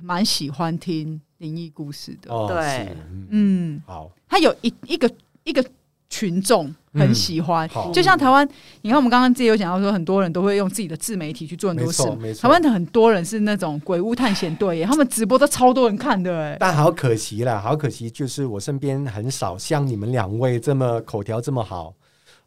Speaker 2: 蛮喜欢听灵异故事的，
Speaker 3: 哦
Speaker 1: 对
Speaker 3: 是嗯
Speaker 2: 嗯，
Speaker 3: 好，
Speaker 2: 它有一一个一个群众很喜欢。
Speaker 3: 嗯好，
Speaker 2: 就像台湾，你看我们刚刚自己有讲到说，很多人都会用自己的自媒体去做很多事
Speaker 3: 没错没。错
Speaker 2: 台湾的很多人是那种鬼屋探险队耶，他们直播都超多人看的哎。
Speaker 3: 但好可惜啦，好可惜，就是我身边很少像你们两位这么口条这么好，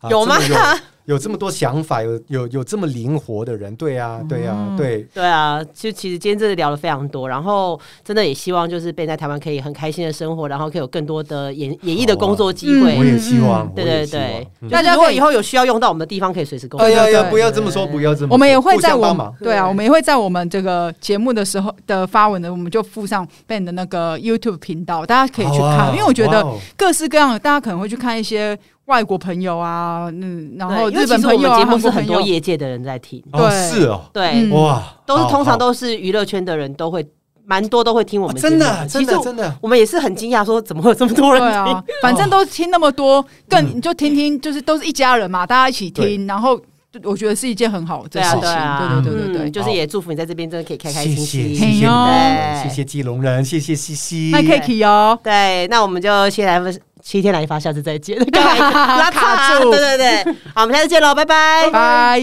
Speaker 3: 啊
Speaker 1: 有吗
Speaker 3: 这么有有这么多想法，有有有这么灵活的人，对啊，对
Speaker 2: 嗯
Speaker 3: 啊，对，
Speaker 1: 对啊，就其实今天真的聊了非常多，然后真的也希望就是贝在台湾可以很开心的生活，然后可以有更多的演演艺的工作机
Speaker 2: 对
Speaker 1: 会。
Speaker 3: 哦我也希望，
Speaker 1: 对
Speaker 3: 我也
Speaker 1: 对
Speaker 3: 希望
Speaker 1: 对，
Speaker 3: 嗯
Speaker 1: 就是如果以后有需要用到我们的地方，可以随时跟我
Speaker 3: 哎
Speaker 1: 们。
Speaker 3: 呀呀，
Speaker 2: 对
Speaker 3: 不要这么说，不要这么说，
Speaker 2: 我们也会
Speaker 3: 互
Speaker 2: 在
Speaker 3: 相
Speaker 2: 我
Speaker 3: 帮
Speaker 2: 们
Speaker 3: 忙。
Speaker 2: 对啊，
Speaker 1: 对
Speaker 2: 我们也会在我们这个节目的时候的发文的，我们就附上 Ben 的那个 YouTube 频道，大家可以去
Speaker 3: 好啊
Speaker 2: 看，因为我觉得
Speaker 3: 哇哦
Speaker 2: 各式各样的，大家可能会去看一些外国朋友啊，嗯，然后
Speaker 1: 对因为
Speaker 2: 日
Speaker 1: 其
Speaker 2: 本
Speaker 1: 实
Speaker 2: 朋
Speaker 1: 我
Speaker 2: 友
Speaker 1: 们
Speaker 2: 啊，
Speaker 1: 节目
Speaker 2: 韩
Speaker 1: 是
Speaker 2: 国
Speaker 1: 很
Speaker 2: 朋
Speaker 1: 多
Speaker 2: 友，
Speaker 1: 业界的人在听，
Speaker 3: 哦
Speaker 2: 对
Speaker 3: 是哦，
Speaker 1: 对，
Speaker 2: 嗯
Speaker 3: 哇，
Speaker 1: 都是
Speaker 3: 好
Speaker 1: 通
Speaker 3: 好
Speaker 1: 常都是娱乐圈的人都会，蛮多都会听我
Speaker 3: 哦
Speaker 1: 们节
Speaker 3: 真
Speaker 1: 目
Speaker 3: 的
Speaker 1: 其
Speaker 3: 真
Speaker 1: 实
Speaker 3: 的真的，
Speaker 1: 我们也是很惊讶，说怎么会有这么多人
Speaker 2: 对
Speaker 1: 听？
Speaker 3: [LAUGHS]
Speaker 2: 啊，反正都听那么多，更
Speaker 3: 嗯
Speaker 2: 你就听听，就是都是一家人嘛，大家一起听，然后我觉得是一件很好的
Speaker 1: 对啊
Speaker 2: 事情，
Speaker 1: 对啊，
Speaker 2: 对对对对
Speaker 1: 嗯
Speaker 2: 对。
Speaker 1: 就是
Speaker 3: 好
Speaker 1: 也祝福你在这边真的可以开开
Speaker 3: 谢
Speaker 1: 心
Speaker 3: 谢
Speaker 1: 心。
Speaker 3: 谢谢你们，
Speaker 1: 对
Speaker 3: 谢谢基隆人，谢谢西西，
Speaker 2: 卖 cake 哦，
Speaker 1: 对，那我们就先来分七天来一发，下次再见。干嘛拉啊
Speaker 2: 卡住
Speaker 1: 对对对，好，我们下次见喽，拜拜。
Speaker 2: 拜。